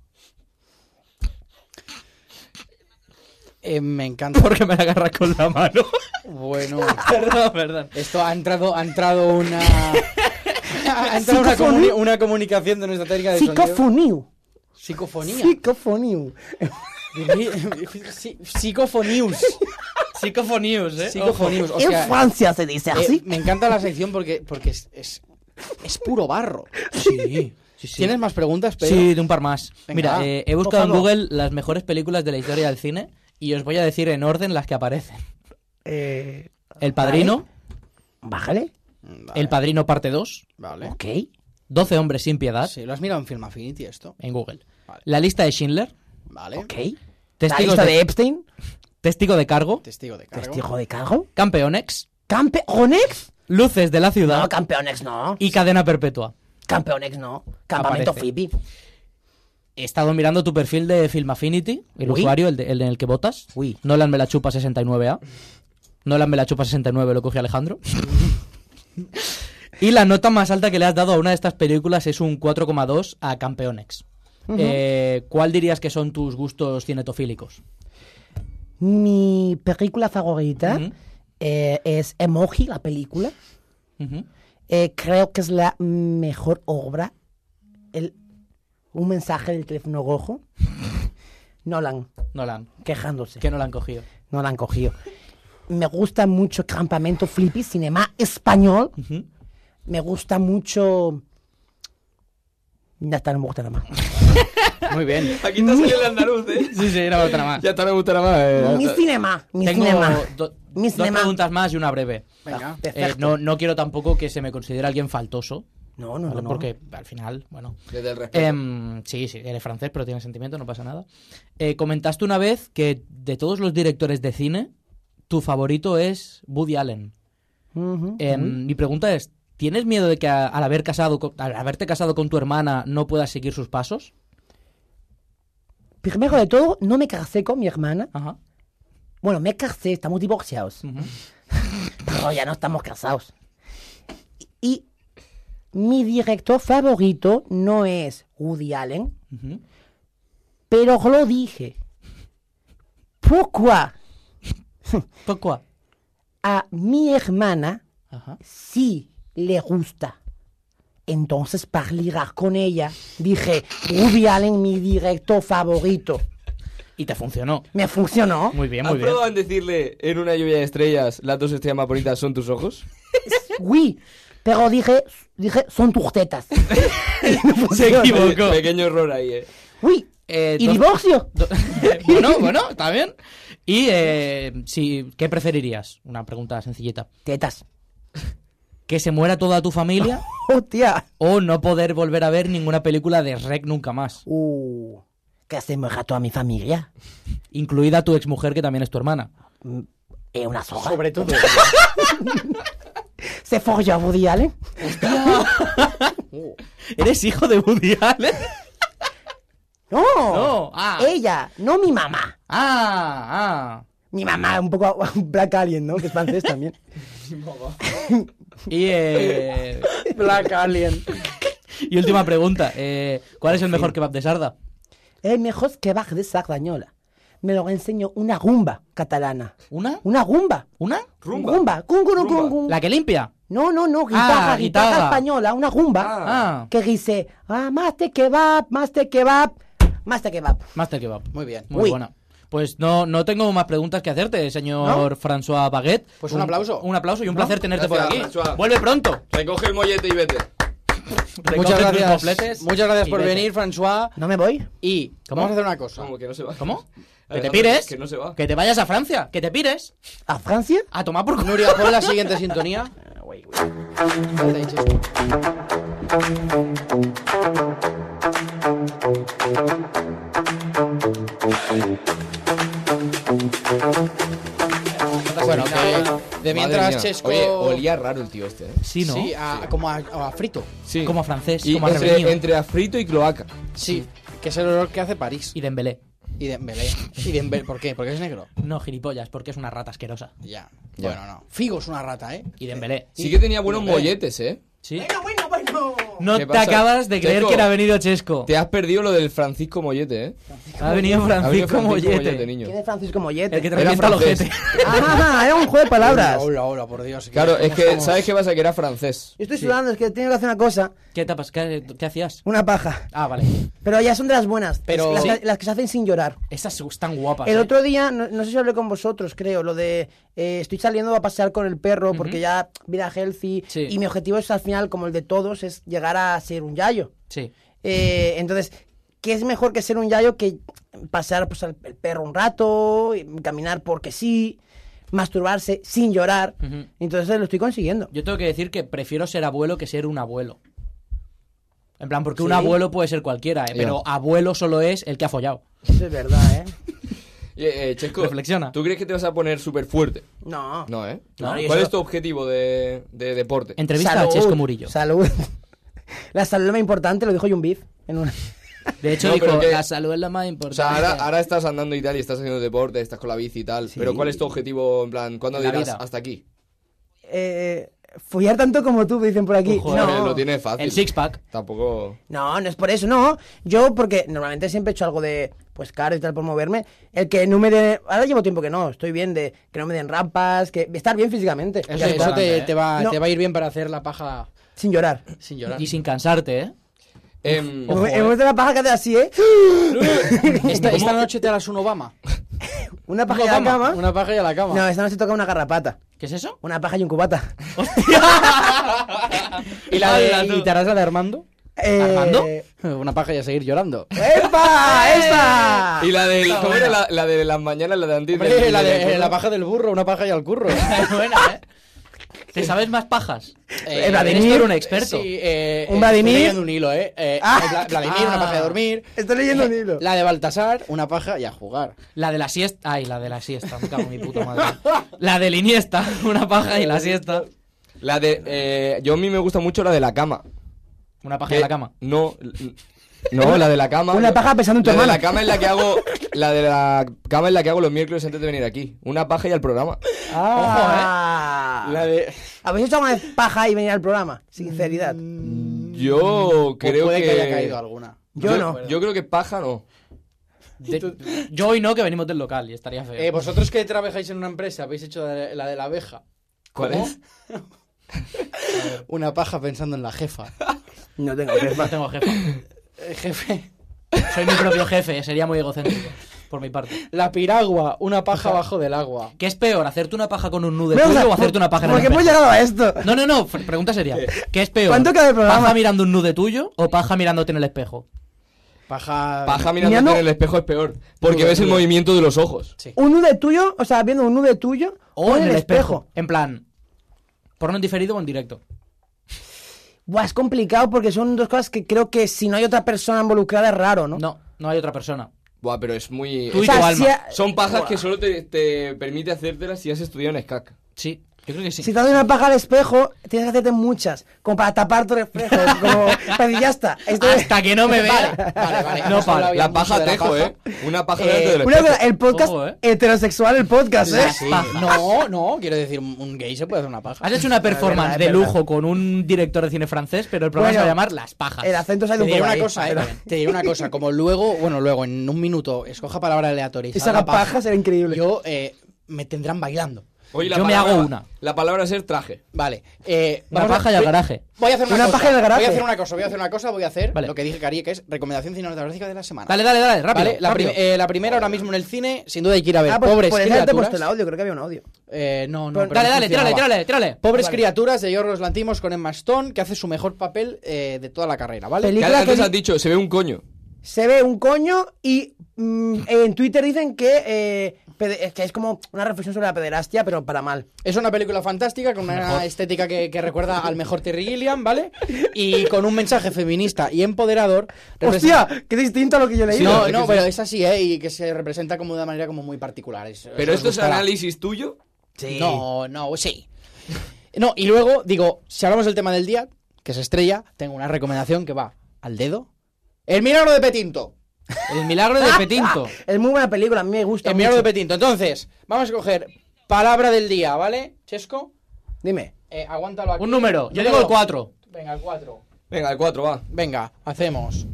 Eh, me encanta.
(laughs) Porque me la agarra con la mano.
Bueno.
(laughs) perdón, perdón.
Esto ha entrado, ha entrado una. Ah, ha entrado una, comuni- una comunicación de nuestra técnica de sonido.
Psicofoniu.
Psicofonía.
Psicofoniu.
Sí, Psicofonius.
Psicofonius, ¿eh?
Psicofonius. o sea,
En Francia se dice
eh,
así.
me encanta la sección porque, porque es, es, es puro barro.
Sí, sí, sí.
¿Tienes más preguntas, Pedro?
Sí, de un par más.
Venga,
Mira,
va.
eh, he buscado en
Por favor.
Google las mejores películas de la historia del cine y os voy a decir en orden las que aparecen.
Eh,
El Padrino,
Bájale.
El Padrino parte 2,
Vale.
Ok.
12 hombres sin piedad
Sí, lo has mirado en Film Affinity esto.
en Google.
Vale.
La lista de Schindler,
Vale.
Ok. La
Testigos
lista de
de,
Epstein.
Testigo de cargo,
Testigo de cargo.
Testigo de cargo.
Campeonex,
¿Campeonex?
Luces de la
No,
ciudad
campeonex no.
y Cadena perpetua.
Campeonex no. Campamento
Aparece.
Phoebe.
He estado mirando tu perfil de Film Affinity, el
Uy.
usuario, el, de- el en el que votas. Nolan me la chupa 69A. Nolan me la chupa 69, lo
(laughs)
cogió Alejandro. y la nota más alta que le has dado a una de estas películas es un 4,2 a Campeonex.
Ujú.
Eh, ¿Cuál dirías que son tus gustos cinetofílicos?
Mi película favorita eh, es Emoji, la película. Eh, creo que es la mejor obra. El, un mensaje del teléfono rojo. (laughs) Nolan.
Nolan.
Quejándose.
Que no la han cogido.
No la han cogido. Me gusta mucho Campamento Flippy, cinema español. Me gusta mucho. Ya está, no me gusta nada más.
Muy
(laughs)
bien.
Aquí te salido el andaluz, ¿eh?
Sí, sí, no me gusta nada más.
Ya está, no me gusta nada más. eh.
Mi cinema, mi
Tengo
cinema.
do-
Mi
dos
cinema.
preguntas más y una breve.
Venga.
Eh,
Perfecto.
no, no quiero tampoco que se me considere alguien faltoso.
No, no,
¿vale?
no.
Porque al final, bueno.
Desde el respeto.
Em, sí, sí, eres francés, pero tienes sentimientos, no pasa nada. Eh, comentaste una vez que de todos los directores de cine, tu favorito es Woody Allen.
Ujú,
Em,
ujú.
Mi pregunta es: ¿tienes miedo de que a- al, haber casado con- al haberte casado con tu hermana no puedas seguir sus pasos?
Primero de todo, no me casé con mi hermana.
Ajá.
Bueno, me casé, estamos divorciados. Pero ya (laughs) no estamos casados. Y mi director favorito no es Woody Allen, pero lo dije. Pourquoi?
Pourquoi?
A mi hermana
Ajá.
sí le gusta. Entonces, para ligar con ella, dije, Woody Allen, mi director favorito.
Y te funcionó.
Me funcionó.
Muy bien,
¿Has
muy bien.
probado en decirle en una lluvia de estrellas las dos estrellas más bonitas son tus ojos?
Oui, pero dije, dije, son tus tetas.
Se equivocó. Pequeño error ahí, eh.
Oui,
Eh,
y
dos-
divorcio.
(laughs) bueno, bueno, está bien. Y eh, si, ¿qué preferirías? Una pregunta sencillita.
Tetas.
¿Que se muera toda tu familia?
¡Hostia!
¿O no poder volver a ver ninguna película de Rec nunca más?
Uh, que se muera toda mi familia.
Incluida tu exmujer, que también es tu hermana.
Es una soja.
Sobre todo.
(laughs) Se folla Woody Allen.
¿Eres hijo de Woody Allen?
No.
No, ah.
Ella, no mi mamá.
(laughs) Ah, ah.
Mi mamá, un poco (laughs) Black Alien, ¿no? Que es francés también.
Y, eh,
(laughs) Black Alien.
y última pregunta. eh, ¿Cuál es el mejor kebab de sarda?
El mejor que baje de Sardañola. Me lo enseñó una rumba catalana.
¿Una?
Una rumba.
¿Una?
Rumba. Rumba. Cum, cum, cum, cum.
¿La que limpia?
No, no, no, guitarra,
Ah,
guitarra,
guitarra.
española, una rumba
Ah.
que dice, ah, más te kebab, más te kebab, más te kebab.
Master Kebab. Muy
bien.
Muy
Uy.
buena. Pues no, no tengo más preguntas que hacerte, señor François Baguette.
Pues un aplauso.
Un aplauso y un
¿No?
placer tenerte por aquí.
Gracias, François.
Vuelve pronto.
Recoge el mollete y vete.
Muchas
Recoge tus
gracias.
mofletes
Muchas gracias
y
por
vete.
venir, François.
¿No me voy?
Y
¿Cómo?
vamos a hacer una cosa.
Como que no se va.
(laughs) ¿Cómo? Que te
Alejandro,
pires.
Que no se va.
Que te vayas a Francia. Que te pires.
¿A Francia?
A tomar por culo.
Nuria, pon la siguiente sintonía.
(laughs)
Bueno, que de
Madre mía.
mientras Chesco...
Oye, olía raro el tío este, eh.
Sí, ¿no?
Sí, a- como a, a frito.
Sí.
Como a francés,
Y
como a rebeño.
entre, entre afrito y cloaca.
Sí, que es el olor que hace París.
Y Dembélé.
Y Dembélé. Y Dembélé, ¿por qué? Porque es negro.
No, gilipollas, porque es una rata asquerosa.
Ya. Bueno, no. Figo es una rata, ¿eh?
Y Dembélé.
Sí que tenía buenos
Y- eh,
molletes, eh.
¿Sí?
Bueno, bueno,
No
¿Qué
te
pasa?
acabas de creer
Checo,
que era venido Chesco.
Te has perdido lo del Francisco Mollete, eh.
Ha venido
Ha venido
Francisco
Mollete,
Mollete.
niño.
¿Quién es Francisco Mollete?
El que te
Era
revienta el
francés.
ojete.
Ajá, era un juego de palabras. (laughs) Yo
Hola, hola, por Dios.
Claro,
¿cómo
es que,
estamos?
¿sabes qué pasa? Que era francés.
estoy sudando, es que tengo que hacer una cosa,
¿Qué tapas? ¿Qué, qué hacías?
una paja.
Ah, vale.
Pero ya son de las buenas,
Pero-
las,
Sí.
las que se hacen sin llorar.
Esas están guapas.
El
eh.
otro día, no, no sé si hablé con vosotros, creo, lo de eh, estoy saliendo a pasear con el perro porque ya vida healthy
Sí.
y mi objetivo es al final, como el de todos, es llegar a ser un yayo.
Sí.
Eh, entonces, ¿qué es mejor que ser un yayo que pasear pues, al el perro un
eh.
rato, y caminar porque sí, masturbarse sin llorar?
Ujú.
Entonces lo estoy consiguiendo.
Yo tengo que decir que prefiero ser abuelo que ser un abuelo. En plan, porque un
Sí.
abuelo puede ser cualquiera, eh, pero abuelo solo es el que ha follado.
Eso es verdad, ¿eh?
Eh, eh, Chesco,
Reflexiona.
¿tú crees que te vas a poner súper fuerte?
No.
No, ¿eh?
No,
¿Cuál
y
es
eso-
tu objetivo de, de deporte?
(laughs)
Entrevista a Chesco Murillo.
Salud. La salud es más importante, lo dijo John Beef en una...
De hecho,
No,
dijo,
pero que-
la salud es la más
O
importante.
sea, ahora, ahora estás andando y tal, y estás haciendo deporte, estás con la bici y tal. Pero ¿cuál es tu objetivo? En plan, ¿cuándo
La
dirás
vida.
hasta aquí?
Eh, follar tanto como tú, dicen por aquí.
Joder,
no.
lo tienes fácil.
El
six-pack.
Tampoco...
No, no es por eso, no. Yo, porque normalmente siempre he hecho algo de, pues, caro y tal por moverme. El que no me den... Ahora llevo tiempo que no, estoy bien de que no me den rampas, que estar bien físicamente.
Eso, eso te, te va,
¿eh? No,
te va a ir bien para hacer la paja
Sin llorar.
sin llorar.
Y sin cansarte, ¿eh?
Em,
Hemos-
eh.
Hemos de la paja que hace así, ¿eh?
Esta, esta noche te harás un Obama.
Una paja y a la
Obama,
cama.
Una paja y a la cama.
No, esta noche toca una garrapata.
¿Qué es eso?
Una paja y un cubata.
¿Y, la de,
Hala, tú.
¿y te harás la de Armando?
Eh,
¿Armando?
(laughs)
Una paja y a seguir llorando. (laughs)
¡Epa! ¡Esta!
Y la del... ¿Cómo era la, la de las mañanas, la de antes?
Hombre,
del-
la, de-
del-
la paja del burro, una paja y
(laughs)
al curro.
buena, ¿eh? ¿Te sabes más pajas?
Eh,
Vladimir.
eres tú
un experto.
Sí, eh,
Un
eh,
Vladimir.
estoy leyendo un hilo, ¿eh? Eh,
Ah.
eh, Vla- Vladimir, una paja de dormir.
Estoy leyendo un hilo.
La de Baltasar, una paja y a jugar.
La de la siesta. Ay, la de la siesta. Me cago en mi puta madre. La del Iniesta. (laughs) Una paja y la siesta.
La de... eh, yo a mí me gusta mucho la de la cama.
Una
Ah,
paja
Que-
Eh,
y la cama.
No... l- No, la de la cama.
Una paja pensando en tu
La de
hermana.
la cama es la que
(laughs)
hago... La de la cama es la que hago los miércoles antes de venir aquí. Una paja y al programa.
Ah.
La de...
¿Habéis hecho alguna vez paja y venir al programa? Sinceridad.
Yo
Pues
creo
puede que...
que...
haya caído alguna.
Yo no.
Yo creo que paja no.
De- Yo hoy no, que venimos del local y estaría feo.
Eh, vosotros que trabajáis en una empresa, habéis hecho la de la, de la abeja.
¿Cuál
¿Cómo?
es?
Una paja pensando en la jefa.
No tengo
No tengo jefa.
(laughs) Eh, jefe.
Soy mi propio jefe. Sería muy egocéntrico. Por mi parte.
La piragua, una paja abajo del agua.
¿Qué es peor? ¿Hacerte una paja con un nude
Venga,
tuyo o
por-
hacerte una paja en
¿Por
el
qué hemos
espejo?
llegado a esto?
No, no, no. fr- Pregunta seria. ¿Qué es peor?
¿Cuánto queda de programa?
¿Paja mirando un nude tuyo o paja mirándote en el espejo?
Paja.
Paja mirándote
Mirando-
en el espejo es peor. Porque
Duda,
ves el
duda.
movimiento de los ojos.
Un nude tuyo, o sea, viendo un nude tuyo
O en el espejo. En plan. Porno en diferido o en directo.
Buah, es complicado porque son dos cosas que creo que si no hay otra persona involucrada es raro, ¿no?
No, no hay otra persona.
Buah, pero es muy...
Tú y
es-
tu
si,
alma.
ha-
Son pajas que solo te, te permite hacértelas si has estudiado en SCAC.
Sí, yo creo que sí.
si te haces una paja al espejo, tienes que hacerte muchas, como para tapar tu reflejo, como para decir, ya está. esto
Ah.
es-
Hasta que no me vea.
Vale, vale.
No
hemos
para.
hablado ya
La
mucho
paja
de la
tejo,
paja.
¿eh? Una paja delante
Eh,
del
una
espejo.
cosa, el podcast
Ojo, eh.
heterosexual, el podcast, ¿eh?
Sí. No, no, quiero decir, un gay se puede hacer una paja.
Has hecho una performance
es
de
verdad.
lujo con un director de cine francés, pero el programa
Bueno,
se va a llamar Las Pajas.
El acento sale
Te
un poco
diré una
ahí,
cosa, eh.
pero-
Te diré una cosa. Como luego, bueno, luego en un minuto escoja palabra aleatoria y
Y
salga
saca paja, será increíble.
yo eh, me tendrán bailando.
Oye, la
Yo me
palabra-
hago una.
La palabra es el traje.
Vale. Eh,
Una
vamos a-
paja y al
voy-
garaje.
Voy a hacer una,
Una
cosa.
paja en el garaje.
Voy a hacer una cosa, voy a hacer una cosa, voy a hacer
Vale.
lo que dije Cari, que es recomendación cinematográfica de la semana.
Dale, dale, dale, rápido.
Vale, la,
rápido.
prim- eh, la primera ahora mismo en el cine, sin duda hay que ir a ver.
Ah, pues,
Pobres
por eso te he puesto el
criaturas.
audio, creo que había un audio.
Eh, no, no,
Pero-
pero
dale,
no
dale, tírale,
funcionaba.
tírale, tírale.
Pobres criaturas de Yorgos Lantimos con Emma Stone, que hace su mejor papel eh, de toda la carrera, ¿vale?
Que
Película
antes
que
has dicho, se ve un coño.
se ve un coño y mm, en Twitter dicen que, eh, pede- es que es como una reflexión sobre la pederastia, pero para mal.
Es una película fantástica con una estética que, que recuerda al mejor Terry Gilliam, ¿vale? Y con un mensaje feminista y empoderador. representa-
¡Hostia! ¡Qué distinto a lo que yo leí!
Sí,
no,
es que
no,
sí.
pero es así, ¿eh? Y que se representa como de una manera como muy particular. Es-
Pero
os
esto es
gustará.
análisis tuyo.
No, no, sí. No, y luego, digo, si hablamos del tema del día, que se estrella, tengo una recomendación que va al dedo. El milagro de Petinto.
El milagro de Petinto.
Es muy buena película, a mí me gusta
El milagro de
mucho.
Petinto. Entonces, vamos a coger palabra del día, ¿vale? Chesco,
Dime.
eh, aguántalo aquí.
Un número. Yo digo el 4.
Venga, el 4.
Venga, el 4, va.
Venga, hacemos.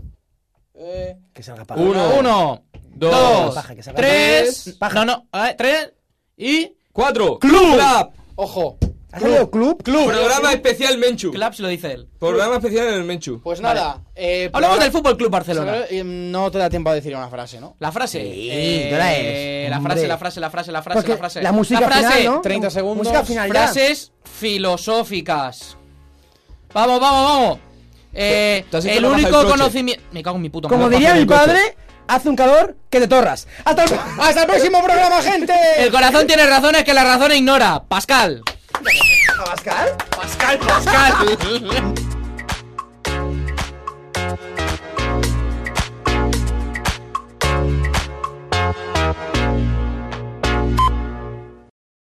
Eh,
Que salga paja.
Uno,
1,
dos,
2,
Paja, que se haga
3. No, no. 3 y.
cuatro. ¡Club!
ojo.
¿Has leído Club?
Programa especial Menchu.
Claps lo dice él.
Programa especial en el Menchu.
Pues nada. eh,
Hablamos
palabra-
del Fútbol Club Barcelona.
Eh, No te da tiempo a decir una frase, ¿no?
La frase.
Sí,
Eh,
¿qué hora es?
La frase,
Hombre.
la frase, la frase, la frase,
Porque
la frase.
la música
frase.
final, ¿no?
30 segundos.
Música final ya.
Frases filosóficas. Vamos, vamos, vamos. Eh,
Tú has hecho
el
la baja
único
del coche.
conocimiento. Me cago en mi puta madre.
Como
Baja
diría
del
mi
coche.
padre, hace un calor que te torras. ¡Hasta el... (laughs)
¡Hasta el próximo programa, gente!
El corazón tiene razones que la razón ignora. Pascal.
Pascal?
(laughs)
Pascal, Pascal.